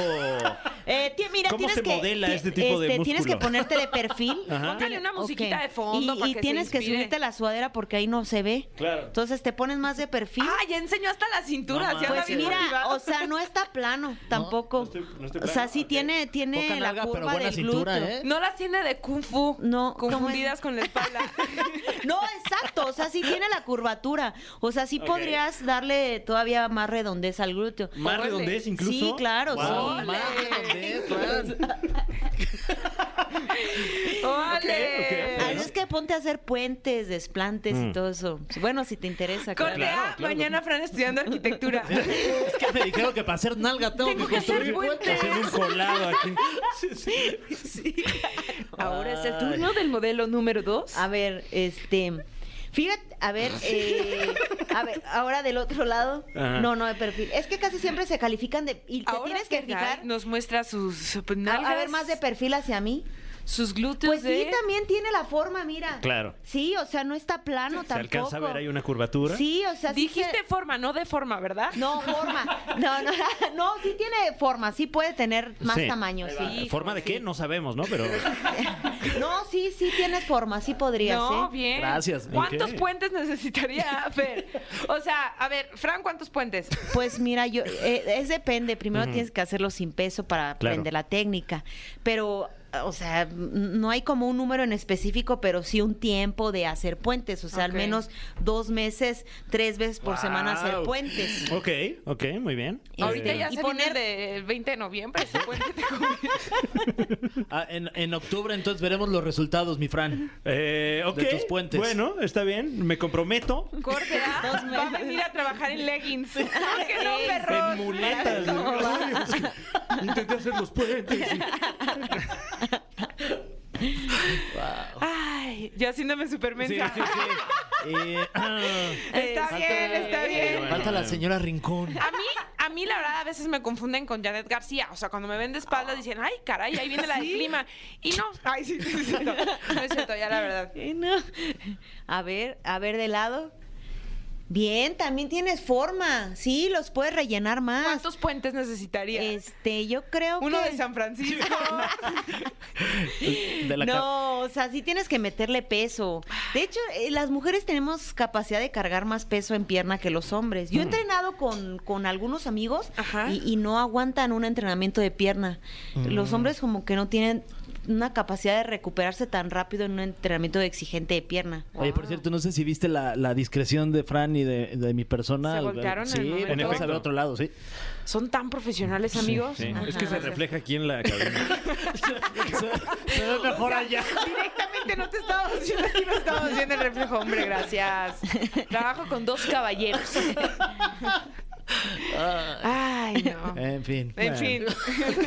[SPEAKER 6] Eh, ti- mira,
[SPEAKER 2] ¿Cómo
[SPEAKER 6] tienes
[SPEAKER 2] se
[SPEAKER 6] que,
[SPEAKER 2] modela
[SPEAKER 6] ti-
[SPEAKER 2] este tipo de
[SPEAKER 6] Tienes que
[SPEAKER 2] músculo?
[SPEAKER 6] ponerte de perfil.
[SPEAKER 2] Ajá.
[SPEAKER 3] Póngale una
[SPEAKER 6] Ok.
[SPEAKER 3] musiquita de fondo
[SPEAKER 6] Y,
[SPEAKER 3] para
[SPEAKER 6] y
[SPEAKER 3] que se
[SPEAKER 6] tienes que
[SPEAKER 3] inspire.
[SPEAKER 6] subirte la sudadera porque ahí no se ve.
[SPEAKER 2] Claro.
[SPEAKER 6] Entonces te pones más de perfil.
[SPEAKER 3] Ah, ya enseñó hasta la cintura.
[SPEAKER 4] No
[SPEAKER 3] sí anda
[SPEAKER 6] pues
[SPEAKER 3] bien
[SPEAKER 6] mira,
[SPEAKER 3] motivada.
[SPEAKER 6] o sea, no está plano tampoco.
[SPEAKER 2] no estoy- no estoy
[SPEAKER 6] o sea,
[SPEAKER 2] plano,
[SPEAKER 6] sí
[SPEAKER 2] ok.
[SPEAKER 6] tiene, tiene
[SPEAKER 4] Poca
[SPEAKER 6] la
[SPEAKER 4] nalga,
[SPEAKER 6] curva
[SPEAKER 4] pero buena
[SPEAKER 6] del
[SPEAKER 4] cintura,
[SPEAKER 6] glúteo.
[SPEAKER 4] ¿eh?
[SPEAKER 3] no las tiene de kung fu.
[SPEAKER 6] No, ¿cómo es?
[SPEAKER 3] Confundidas con la espalda.
[SPEAKER 6] No, exacto, o sea, sí tiene la curvatura. O sea, sí podrías darle todavía más redondez al glúteo.
[SPEAKER 2] ¿Más
[SPEAKER 3] Órale.
[SPEAKER 2] redondez incluso?
[SPEAKER 6] Sí, claro,
[SPEAKER 2] Wow.
[SPEAKER 6] sí.
[SPEAKER 4] Más redondez, claro.
[SPEAKER 3] ¡Ole!
[SPEAKER 2] Ok, ok.
[SPEAKER 6] Así es que ponte a hacer puentes, desplantes
[SPEAKER 2] Mm.
[SPEAKER 6] y todo eso. Bueno, si te interesa.
[SPEAKER 3] Cortea,
[SPEAKER 6] claro.
[SPEAKER 3] mañana Fran estudiando arquitectura.
[SPEAKER 4] Es que me dijeron que para hacer nalga tengo,
[SPEAKER 3] Tengo
[SPEAKER 4] que
[SPEAKER 3] que hacer
[SPEAKER 4] construir puentes.
[SPEAKER 2] Haciendo un colado aquí.
[SPEAKER 3] Sí. Ahora es el turno del modelo número 2.
[SPEAKER 6] A ver, este. Fíjate, a
[SPEAKER 2] Ah,
[SPEAKER 6] ver, eh, a ver, ahora del otro lado.
[SPEAKER 2] Ajá.
[SPEAKER 6] No, no, de perfil. Es que casi siempre se califican de. Y te tienes que fijar.
[SPEAKER 3] Nos muestra sus pues,
[SPEAKER 6] A- A,
[SPEAKER 3] nalgas,
[SPEAKER 6] ver, más de perfil hacia mí.
[SPEAKER 3] sus glúteos.
[SPEAKER 6] Pues sí,
[SPEAKER 3] de-
[SPEAKER 6] también tiene la forma, mira.
[SPEAKER 2] Claro.
[SPEAKER 6] Sí, o sea, no está plano
[SPEAKER 2] ¿Se
[SPEAKER 6] tampoco.
[SPEAKER 2] alcanza a ver ahí una curvatura?
[SPEAKER 6] Sí, o sea, sí
[SPEAKER 3] Dijiste
[SPEAKER 6] se-
[SPEAKER 3] forma, no de forma, ¿verdad?
[SPEAKER 6] No, forma. No, no, no, sí tiene forma, sí puede tener más
[SPEAKER 2] Sí.
[SPEAKER 6] tamaño,
[SPEAKER 2] Ahí va.
[SPEAKER 6] sí.
[SPEAKER 2] ¿Forma de qué? No sabemos, ¿no? Pero
[SPEAKER 6] No, sí, sí tienes forma, sí podrías,
[SPEAKER 3] No,
[SPEAKER 6] ¿eh?
[SPEAKER 3] bien.
[SPEAKER 4] Gracias.
[SPEAKER 3] ¿Cuántos
[SPEAKER 2] Ok.
[SPEAKER 3] puentes necesitaría Fer? O sea, a ver, Fran, ¿cuántos puentes?
[SPEAKER 6] Pues mira, yo eh, es depende. Primero tienes que hacerlo sin peso para
[SPEAKER 2] Claro.
[SPEAKER 6] aprender la técnica, pero o sea, m- no hay como un número en específico, pero sí un tiempo de hacer puentes. O sea,
[SPEAKER 3] Ok.
[SPEAKER 6] al menos dos meses, tres veces por semana hacer
[SPEAKER 2] Wow.
[SPEAKER 6] puentes.
[SPEAKER 2] Ok, ok, muy bien. Este,
[SPEAKER 3] Ahorita
[SPEAKER 6] Eh,
[SPEAKER 3] ya
[SPEAKER 6] y
[SPEAKER 3] se
[SPEAKER 6] poner-
[SPEAKER 3] viene el 20 de noviembre, ese puente te conviene.
[SPEAKER 4] Ah, en, en octubre entonces veremos los resultados, mi Fran.
[SPEAKER 2] Eh, ok.
[SPEAKER 4] De tus puentes.
[SPEAKER 2] Bueno, está bien. Me comprometo.
[SPEAKER 3] Corte A,
[SPEAKER 6] Dos
[SPEAKER 3] va a
[SPEAKER 6] meses.
[SPEAKER 3] venir a trabajar en leggings. ¿Por qué no,
[SPEAKER 6] Sí.
[SPEAKER 3] perros?
[SPEAKER 2] En muletas. Ay, es que Intenté hacer los puentes.
[SPEAKER 3] Ay, ya haciéndome supermensa.
[SPEAKER 4] Eh, ah,
[SPEAKER 3] Está
[SPEAKER 6] Este,
[SPEAKER 3] bien, está bien.
[SPEAKER 2] bueno.
[SPEAKER 4] falta la señora Rincón.
[SPEAKER 3] A mí, a mí la verdad a veces me confunden con Janet García. O sea, cuando me ven de espaldas dicen, ay, caray, ahí viene la del clima. Y no, ay, sí, sí, es cierto. No es cierto, ya la verdad.
[SPEAKER 6] Eh, no. A ver, a ver de lado. Bien, también tienes forma. Sí, los puedes rellenar más.
[SPEAKER 3] ¿Cuántos puentes necesitaría?
[SPEAKER 6] Este, yo creo
[SPEAKER 3] Uno
[SPEAKER 6] que
[SPEAKER 3] de San Francisco.
[SPEAKER 4] De la ca-
[SPEAKER 6] No, o sea, sí tienes que meterle peso. De hecho, eh, las mujeres tenemos capacidad de cargar más peso en pierna que los hombres. Yo he entrenado con, con algunos amigos
[SPEAKER 3] Ajá.
[SPEAKER 6] y, y no aguantan un entrenamiento de pierna. Los hombres como que no tienen una capacidad de recuperarse tan rápido en un entrenamiento de exigente de pierna.
[SPEAKER 4] Oye, por cierto, no sé si viste la, la discreción de Fran y de, de mi persona.
[SPEAKER 3] Se
[SPEAKER 4] al-
[SPEAKER 3] voltearon en el
[SPEAKER 4] Sí,
[SPEAKER 3] momento.
[SPEAKER 4] en efecto. a otro lado, sí.
[SPEAKER 3] Son tan profesionales, amigos.
[SPEAKER 2] Sí, Es
[SPEAKER 6] Ajá.
[SPEAKER 2] que se refleja aquí en la cabina.
[SPEAKER 4] Se ve mejor allá.
[SPEAKER 3] Directamente no te estábamos viendo aquí, no estábamos viendo el reflejo. Hombre, gracias. Trabajo con dos caballeros. Ay, no.
[SPEAKER 4] En fin.
[SPEAKER 3] En
[SPEAKER 4] Eh, Bueno.
[SPEAKER 3] fin.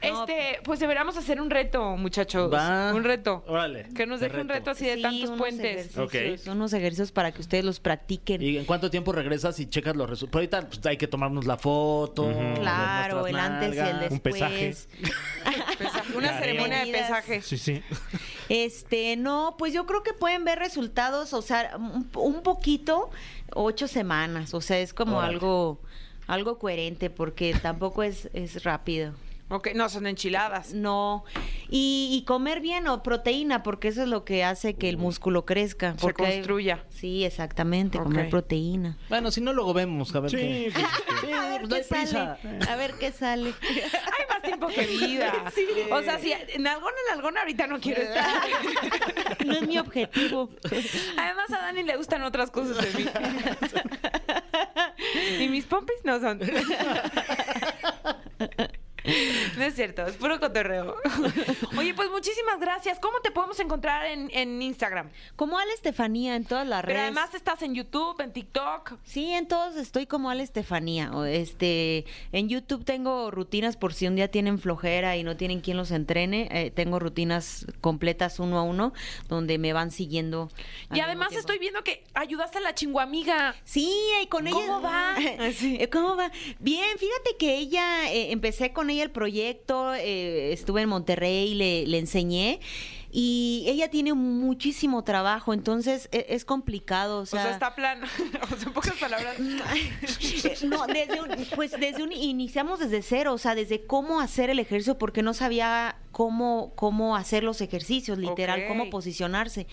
[SPEAKER 3] Este, pues deberíamos hacer un reto, muchachos.
[SPEAKER 4] Va.
[SPEAKER 3] Un reto.
[SPEAKER 4] Órale.
[SPEAKER 3] Que nos deje un reto así de
[SPEAKER 6] Sí,
[SPEAKER 3] tantos
[SPEAKER 6] unos
[SPEAKER 3] puentes.
[SPEAKER 6] ejercicios,
[SPEAKER 2] Ok.
[SPEAKER 6] Unos ejercicios para que ustedes los practiquen.
[SPEAKER 4] ¿Y en cuánto tiempo regresas y checas los resultados? Pero ahorita pues, hay que tomarnos la foto. ver
[SPEAKER 6] Claro,
[SPEAKER 4] nuestras
[SPEAKER 6] el antes y el
[SPEAKER 4] nalgas.
[SPEAKER 6] después.
[SPEAKER 2] Un pesaje.
[SPEAKER 3] Pesaje, Una
[SPEAKER 2] Claro.
[SPEAKER 3] ceremonia de
[SPEAKER 6] Medidas.
[SPEAKER 3] pesaje.
[SPEAKER 2] Sí, sí.
[SPEAKER 6] Este, no, pues yo creo que pueden ver resultados, o sea, un, un poquito, ocho semanas, o sea, es como
[SPEAKER 4] Órale.
[SPEAKER 6] algo, algo coherente, porque tampoco es, es rápido.
[SPEAKER 3] Ok, no, son enchiladas.
[SPEAKER 6] No, y, y comer bien o proteína, porque eso es lo que hace que el músculo crezca.
[SPEAKER 3] Se
[SPEAKER 6] porque hay-
[SPEAKER 3] construya.
[SPEAKER 6] Sí, exactamente, comer
[SPEAKER 3] Ok.
[SPEAKER 6] proteína.
[SPEAKER 4] Bueno, si no, luego vemos. A ver
[SPEAKER 2] Sí,
[SPEAKER 4] qué.
[SPEAKER 2] pues,
[SPEAKER 4] Sí,
[SPEAKER 6] A ver
[SPEAKER 4] pues, no hay
[SPEAKER 6] qué
[SPEAKER 4] prisa.
[SPEAKER 6] sale, a ver qué sale.
[SPEAKER 3] Hay más tiempo que vida. O sea, si en algún, en algún ahorita no quiero estar.
[SPEAKER 6] No es mi objetivo.
[SPEAKER 3] Además, a Dani le gustan otras cosas de mí. Y mis pompis no son. No es cierto, es puro cotorreo. Oye, pues muchísimas gracias. ¿Cómo te podemos encontrar en, en Instagram?
[SPEAKER 6] Como Ale Estefanía en todas las
[SPEAKER 3] Pero
[SPEAKER 6] redes.
[SPEAKER 3] además estás en YouTube, en TikTok.
[SPEAKER 6] Sí, en todos estoy como Ale Estefanía. o, Este, en YouTube tengo rutinas por si un día tienen flojera y no tienen quien los entrene. eh, tengo rutinas completas uno a uno donde me van siguiendo. al
[SPEAKER 3] Y
[SPEAKER 6] mismo
[SPEAKER 3] además
[SPEAKER 6] tiempo.
[SPEAKER 3] estoy viendo que ayudaste a la chinguamiga.
[SPEAKER 6] Sí, y con ella.
[SPEAKER 3] ¿Cómo va? Ah,
[SPEAKER 6] Eh, ¿Cómo va? Bien, fíjate que ella, eh, empecé con ella el proyecto, eh, estuve en Monterrey, le, le enseñé. Y ella tiene muchísimo trabajo, entonces e- es, complicado. O
[SPEAKER 3] O sea,
[SPEAKER 6] sea,
[SPEAKER 3] está plan. O sea, en pocas palabras.
[SPEAKER 6] Eh, No, desde un- pues desde un iniciamos desde cero, o sea, desde cómo hacer el ejercicio, porque no sabía cómo, cómo hacer los ejercicios, literal,
[SPEAKER 3] Ok.
[SPEAKER 6] cómo posicionarse.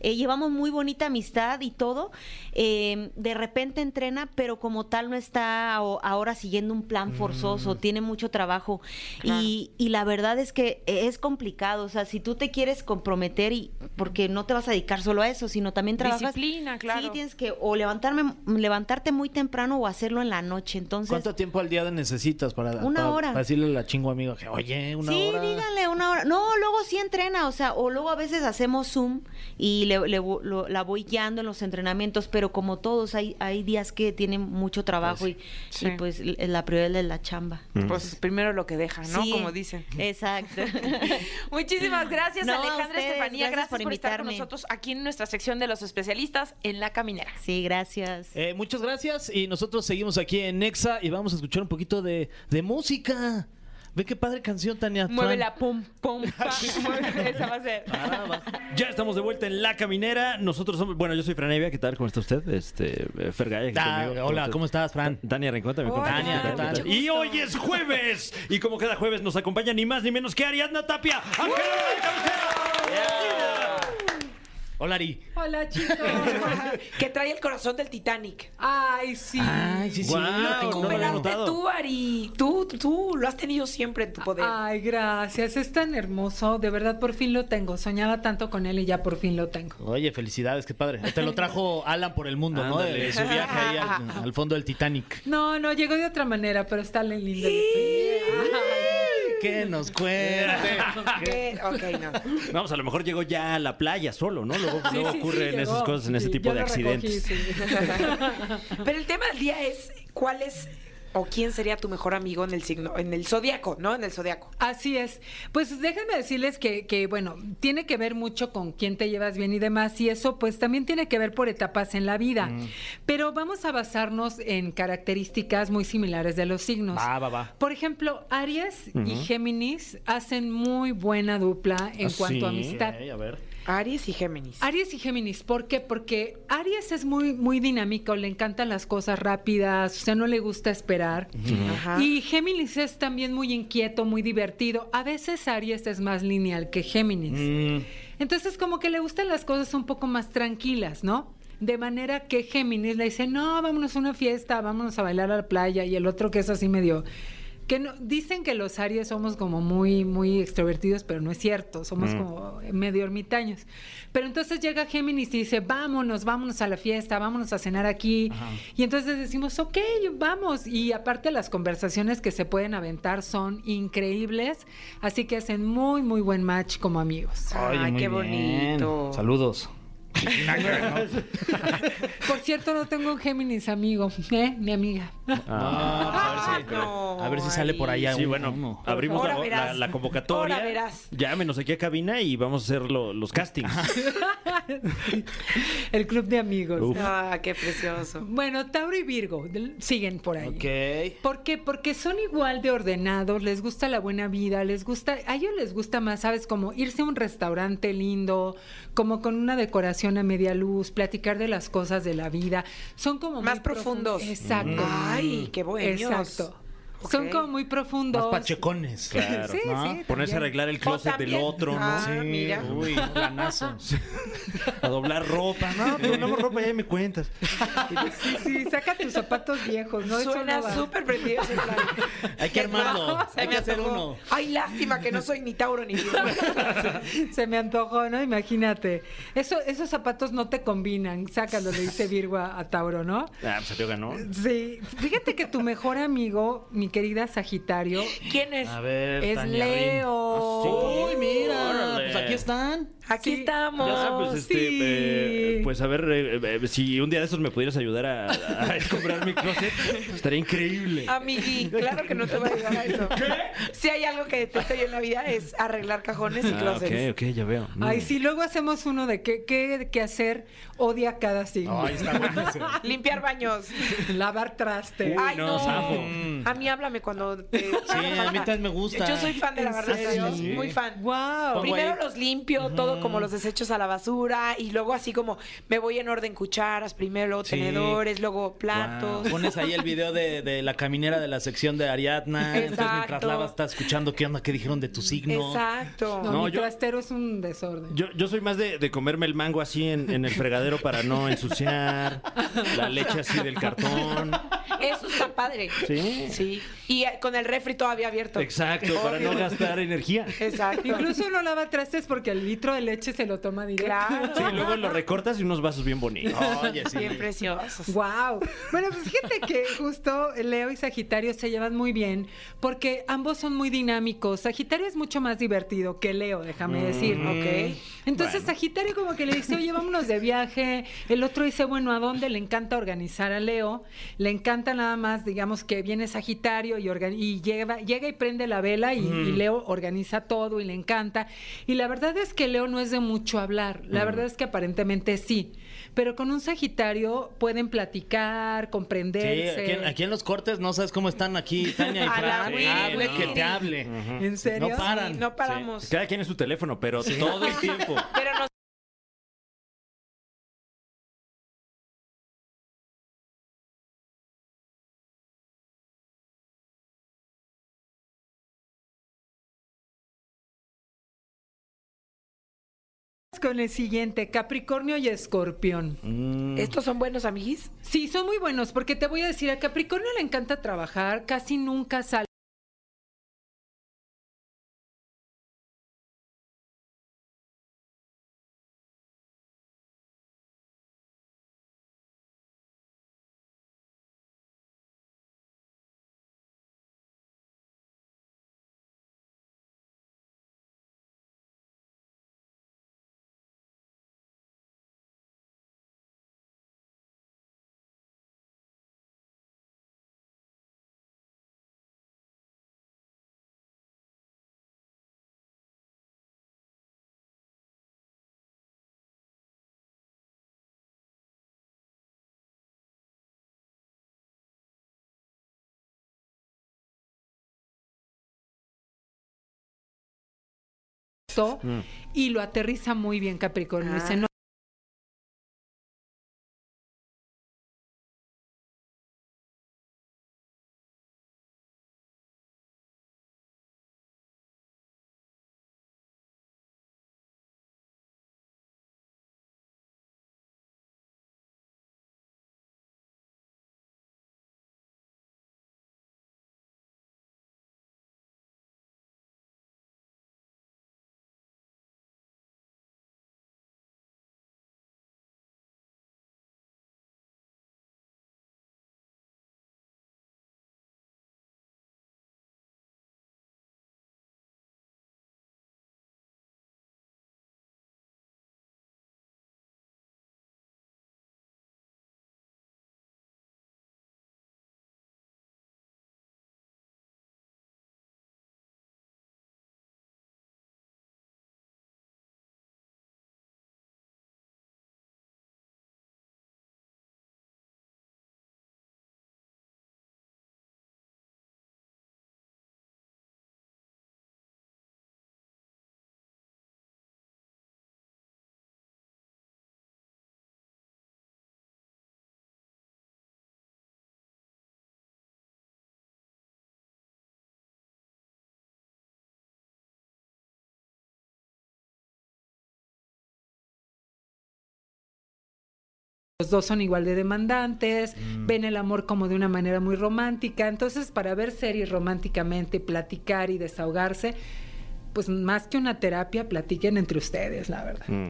[SPEAKER 6] eh, llevamos muy bonita amistad y todo. Eh, de repente entrena, pero como tal no está o- ahora siguiendo un plan
[SPEAKER 3] Mm.
[SPEAKER 6] forzoso, tiene mucho trabajo. Y, y la verdad es que es complicado, o sea, si tú te quieres comprometer y porque no te vas a dedicar solo a eso, sino también trabajas...
[SPEAKER 3] Disciplina, claro.
[SPEAKER 6] Sí, tienes que o levantarme, levantarte muy temprano o hacerlo en la noche, entonces...
[SPEAKER 4] ¿Cuánto tiempo al día necesitas para,
[SPEAKER 6] Una
[SPEAKER 4] para-
[SPEAKER 6] hora.
[SPEAKER 4] para decirle a la chingo amiga que, oye, una
[SPEAKER 6] sí,
[SPEAKER 4] hora?
[SPEAKER 6] díganle una hora. No, luego sí entrena, o sea, o luego a veces hacemos Zoom y le, le vo- lo- la voy guiando en los entrenamientos, pero como todos, hay, hay días que tienen mucho trabajo y,
[SPEAKER 3] sí.
[SPEAKER 6] y, pues l- la prioridad es la chamba.
[SPEAKER 3] Pues primero lo que deja, ¿no?
[SPEAKER 6] Sí,
[SPEAKER 3] Como dicen.
[SPEAKER 6] Exacto.
[SPEAKER 3] Muchísimas gracias,
[SPEAKER 6] No, a
[SPEAKER 3] Alejandra
[SPEAKER 6] ustedes,
[SPEAKER 3] Estefanía.
[SPEAKER 6] gracias
[SPEAKER 3] Gracias por,
[SPEAKER 6] por
[SPEAKER 3] estar con
[SPEAKER 6] invitarme.
[SPEAKER 3] nosotros aquí en nuestra sección de los especialistas en la caminera.
[SPEAKER 6] sí, gracias.
[SPEAKER 4] Eh, muchas gracias y nosotros seguimos aquí en Nexa y vamos a escuchar un poquito de, de música. Ve qué padre canción, Tania.
[SPEAKER 3] Mueve
[SPEAKER 4] Fran. Ah,
[SPEAKER 3] la pum, pum, pa. Mueve- Esa va a ser.
[SPEAKER 2] Ah. Ya estamos de vuelta en La Caminera. Nosotros somos. Bueno, yo soy Fran Evia. ¿Qué tal? ¿Cómo está usted? Este, eh, Fer Gaia, aquí
[SPEAKER 4] Ah,
[SPEAKER 2] conmigo.
[SPEAKER 4] hola, ¿cómo estás, Fran?
[SPEAKER 2] Tania Rincón también.
[SPEAKER 3] Hola,
[SPEAKER 2] conmigo.
[SPEAKER 4] Tania,
[SPEAKER 2] ¿Qué tal?
[SPEAKER 4] mucho
[SPEAKER 2] ¿Qué tal? Y
[SPEAKER 3] gusto.
[SPEAKER 2] hoy es jueves. Y como cada jueves nos acompaña ni más ni menos que Ariadna Tapia. ¡Ángel de la Cabecera!
[SPEAKER 4] Hola, Ari.
[SPEAKER 7] Hola chicos.
[SPEAKER 3] que trae el corazón del Titanic.
[SPEAKER 7] Ay, sí.
[SPEAKER 4] Ay, sí, sí.
[SPEAKER 2] Guau,
[SPEAKER 4] lo
[SPEAKER 2] Ah, no
[SPEAKER 4] tengo.
[SPEAKER 2] lo había
[SPEAKER 3] Recuperaste
[SPEAKER 2] notado.
[SPEAKER 3] tú, Ari. Tú, tú, lo has tenido siempre en
[SPEAKER 6] Ah,
[SPEAKER 3] tu poder.
[SPEAKER 7] Ay, gracias. Es tan hermoso. De verdad, por fin lo tengo. Soñaba tanto con él y ya por fin lo tengo.
[SPEAKER 4] Oye, felicidades, qué padre. Te lo trajo Alan por el mundo, ¿no?
[SPEAKER 2] Ándale.
[SPEAKER 4] De su viaje ahí al, al fondo del Titanic.
[SPEAKER 7] No, no, llegó de otra manera, pero está bien lindo.
[SPEAKER 4] Que nos cuente.
[SPEAKER 3] ¿Qué? Ok, no.
[SPEAKER 2] Vamos, a lo mejor llegó ya a la playa solo, ¿no? Luego,
[SPEAKER 7] Ah, Sí,
[SPEAKER 2] luego
[SPEAKER 7] sí, sí,
[SPEAKER 2] ocurren
[SPEAKER 7] llegó.
[SPEAKER 2] esas cosas en ese
[SPEAKER 7] Sí,
[SPEAKER 2] tipo
[SPEAKER 7] ya
[SPEAKER 2] de
[SPEAKER 7] lo recogí,
[SPEAKER 2] accidentes.
[SPEAKER 7] sí.
[SPEAKER 3] Pero el tema del día es cuál es o quién sería tu mejor amigo en el signo, en el zodiaco, ¿no? En el zodiaco.
[SPEAKER 7] Así es. Pues déjenme decirles que, que, bueno, tiene que ver mucho con quién te llevas bien y demás, y eso pues también tiene que ver por etapas en la vida.
[SPEAKER 2] Mm.
[SPEAKER 7] Pero vamos a basarnos en características muy similares de los signos.
[SPEAKER 4] Va, va, va.
[SPEAKER 7] Por ejemplo, Aries y Géminis hacen muy buena dupla en
[SPEAKER 2] ¿Ah,
[SPEAKER 7] cuanto a
[SPEAKER 2] sí?
[SPEAKER 7] amistad.
[SPEAKER 4] Ok, a ver.
[SPEAKER 3] Aries y Géminis.
[SPEAKER 7] Aries y Géminis, ¿por qué? Porque Aries es muy, muy dinámico, le encantan las cosas rápidas, o sea, no le gusta esperar.
[SPEAKER 3] Ajá.
[SPEAKER 7] Y Géminis es también muy inquieto, muy divertido. A veces Aries es más lineal que Géminis.
[SPEAKER 4] Mm,
[SPEAKER 7] Entonces, como que le gustan las cosas un poco más tranquilas, ¿no? De manera que Géminis le dice, no, vámonos a una fiesta, vámonos a bailar a la playa. Y el otro que es así medio... Que no, dicen que los Aries somos como muy, muy extrovertidos, pero no es cierto. Somos como medio ermitaños. Pero entonces llega Géminis y dice, vámonos, vámonos a la fiesta, vámonos a cenar aquí. Y entonces decimos, ok, vamos. Y aparte las conversaciones que se pueden aventar son increíbles. Así que hacen muy, muy buen match como amigos.
[SPEAKER 3] Ay,
[SPEAKER 4] muy
[SPEAKER 3] qué
[SPEAKER 4] bien.
[SPEAKER 3] bonito.
[SPEAKER 4] Saludos.
[SPEAKER 7] Por cierto, no tengo un Géminis amigo, ¿eh? Mi amiga.
[SPEAKER 4] Ah, a ver si,
[SPEAKER 3] no,
[SPEAKER 4] a ver si sale por allá.
[SPEAKER 2] Sí,
[SPEAKER 4] uno,
[SPEAKER 2] bueno,
[SPEAKER 4] uno.
[SPEAKER 2] abrimos
[SPEAKER 3] Ahora
[SPEAKER 2] la,
[SPEAKER 3] verás.
[SPEAKER 2] la- la convocatoria.
[SPEAKER 3] Ahora verás.
[SPEAKER 2] Llámenos aquí a cabina y vamos a hacer lo- los castings.
[SPEAKER 7] El club de amigos.
[SPEAKER 2] Uf.
[SPEAKER 3] Ah, qué precioso.
[SPEAKER 7] Bueno, Tauro y Virgo del- siguen por ahí.
[SPEAKER 4] Ok.
[SPEAKER 7] ¿Por qué? Porque son igual de ordenados, les gusta la buena vida, les gusta, a ellos les gusta más, ¿sabes? Como irse a un restaurante lindo, como con una decoración a media luz, platicar de las cosas de la vida. Son como
[SPEAKER 3] Más
[SPEAKER 7] muy profund-
[SPEAKER 3] profundos.
[SPEAKER 7] Exacto.
[SPEAKER 3] Ay, qué bohemios.
[SPEAKER 7] Exacto.
[SPEAKER 3] Ok.
[SPEAKER 7] Son como muy profundos.
[SPEAKER 4] Mm. Más pachecones.
[SPEAKER 2] Claro.
[SPEAKER 7] Sí,
[SPEAKER 4] ¿no?
[SPEAKER 7] sí,
[SPEAKER 2] Ponerse a
[SPEAKER 7] también.
[SPEAKER 2] arreglar el
[SPEAKER 3] O
[SPEAKER 2] closet del
[SPEAKER 3] también-
[SPEAKER 2] otro, ¿no?
[SPEAKER 3] Ah,
[SPEAKER 2] Sí.
[SPEAKER 3] mira.
[SPEAKER 4] Uy, un planazo.
[SPEAKER 2] A doblar ropa. No,
[SPEAKER 4] pues,
[SPEAKER 2] doblamos ropa y ahí me cuentas.
[SPEAKER 7] Sí, sí, saca tus zapatos viejos, ¿no? Eso
[SPEAKER 3] Suena
[SPEAKER 7] no va.
[SPEAKER 3] súper prendido ese plan.
[SPEAKER 4] Hay que armarlo,
[SPEAKER 3] No, se
[SPEAKER 4] hay
[SPEAKER 3] me
[SPEAKER 4] que hacer
[SPEAKER 3] antojó.
[SPEAKER 4] uno.
[SPEAKER 3] Ay, lástima que no soy ni Tauro ni Virgo.
[SPEAKER 7] Se me antojó, ¿no? Imagínate. Eso, esos zapatos no te combinan. Sácalo, le dice Virgo a, a Tauro, ¿no?
[SPEAKER 2] Ah, pues se ganó.
[SPEAKER 7] Sí. Fíjate que tu mejor amigo, mi querida Sagitario,
[SPEAKER 3] ¿Quién es?
[SPEAKER 4] A ver, Ah,
[SPEAKER 7] es
[SPEAKER 4] Tania Rin.
[SPEAKER 2] Ah,
[SPEAKER 7] Leo.
[SPEAKER 4] Eh, Uy, mira.
[SPEAKER 2] Órale.
[SPEAKER 4] Pues aquí están.
[SPEAKER 3] Aquí
[SPEAKER 7] sí.
[SPEAKER 3] estamos.
[SPEAKER 2] Ya, pues,
[SPEAKER 7] Oh,
[SPEAKER 2] este,
[SPEAKER 7] sí.
[SPEAKER 2] eh, pues a ver, eh, eh, si un día de estos me pudieras ayudar a, a- a comprar mi closet, estaría increíble.
[SPEAKER 3] Ah, Amigui, claro que no te voy a ayudar a eso. Si hay algo que detesto yo en la vida es arreglar cajones y
[SPEAKER 2] Ah,
[SPEAKER 3] closets.
[SPEAKER 2] ok, ok, ya veo. Mm.
[SPEAKER 7] Ay, sí, luego hacemos uno de qué, qué, qué hacer odia cada signo.
[SPEAKER 4] Ay, está buenísimo.
[SPEAKER 3] Limpiar baños.
[SPEAKER 7] Lavar traste.
[SPEAKER 2] Uy,
[SPEAKER 3] Ay,
[SPEAKER 2] no,
[SPEAKER 3] no.
[SPEAKER 2] zafo.
[SPEAKER 3] A mí háblame cuando te...
[SPEAKER 4] Mm. Sí, a mí también me gusta. Ah,
[SPEAKER 3] Yo soy fan de
[SPEAKER 7] ¿En
[SPEAKER 3] lavar los
[SPEAKER 7] serio?
[SPEAKER 3] trastes,
[SPEAKER 4] Sí.
[SPEAKER 3] muy fan.
[SPEAKER 7] Wow.
[SPEAKER 4] Pongo
[SPEAKER 3] Primero
[SPEAKER 4] ahí-
[SPEAKER 3] los limpio, todo como los desechos a la basura y luego así como me voy en orden cucharas, primero luego
[SPEAKER 4] Sí.
[SPEAKER 3] tenedores, luego platos.
[SPEAKER 4] Wow. Pones ahí el video de, de la caminera de la sección de Ariadna. Entonces,
[SPEAKER 3] Exacto.
[SPEAKER 4] mientras lavas, estás escuchando qué onda, qué dijeron de tu signo.
[SPEAKER 3] Exacto.
[SPEAKER 7] No,
[SPEAKER 2] No,
[SPEAKER 7] mi
[SPEAKER 2] yo-
[SPEAKER 7] trastero es un desorden.
[SPEAKER 2] Yo, yo soy más de, de comerme el mango así en, en el fregadero para no ensuciar, la leche así del cartón.
[SPEAKER 3] Eso está padre.
[SPEAKER 2] Sí.
[SPEAKER 3] Sí. Y eh, con el refri todavía abierto.
[SPEAKER 2] Exacto, para no gastar energía.
[SPEAKER 3] Exacto.
[SPEAKER 7] Incluso no lava trastes porque el litro de leche se lo toma directo.
[SPEAKER 3] Claro.
[SPEAKER 2] Sí, luego lo recortas y unos vasos bien bonitos.
[SPEAKER 4] Oye, sí.
[SPEAKER 3] Bien preciosos.
[SPEAKER 7] Wow. Bueno, pues fíjate que justo Leo y Sagitario se llevan muy bien porque ambos son muy dinámicos. Sagitario es mucho más divertido que Leo, déjame decir, ¿ok? Entonces Sagitario como que le dice, oye, vámonos de viaje. El otro dice, bueno, ¿a dónde le encanta organizar a Leo? Le encanta nada más, digamos, que viene Sagitario y, organ- y lleva, llega y prende la vela y, y Leo organiza todo y le encanta. Y la verdad es que Leo no es de mucho hablar. La verdad es que aparentemente sí. Pero con un Sagitario pueden platicar,
[SPEAKER 4] Sí,
[SPEAKER 7] comprenderse.
[SPEAKER 4] aquí, en- aquí en los cortes no sabes cómo están aquí Tania y
[SPEAKER 3] A la
[SPEAKER 4] Fran.
[SPEAKER 3] Willy,
[SPEAKER 4] hable
[SPEAKER 3] Willy.
[SPEAKER 4] que te hable.
[SPEAKER 7] ¿En serio?
[SPEAKER 4] No paran.
[SPEAKER 3] Sí, no paramos.
[SPEAKER 2] Cada quien es su teléfono, pero todo el tiempo.
[SPEAKER 3] Pero nos
[SPEAKER 7] Con el siguiente, Capricornio y Escorpión.
[SPEAKER 4] Mm.
[SPEAKER 2] Mm.
[SPEAKER 3] ¿Estos son buenos amiguis?
[SPEAKER 7] Sí, son muy buenos, porque te voy a decir, a Capricornio le encanta trabajar, casi nunca sale.
[SPEAKER 4] Mm.
[SPEAKER 7] Y lo aterriza muy bien Capricornio.
[SPEAKER 3] Ah.
[SPEAKER 7] Dice, no, los dos son igual de demandantes, ven el amor como de una manera muy romántica. Entonces, para ver series románticamente, platicar y desahogarse, pues más que una terapia, platiquen entre ustedes, la verdad.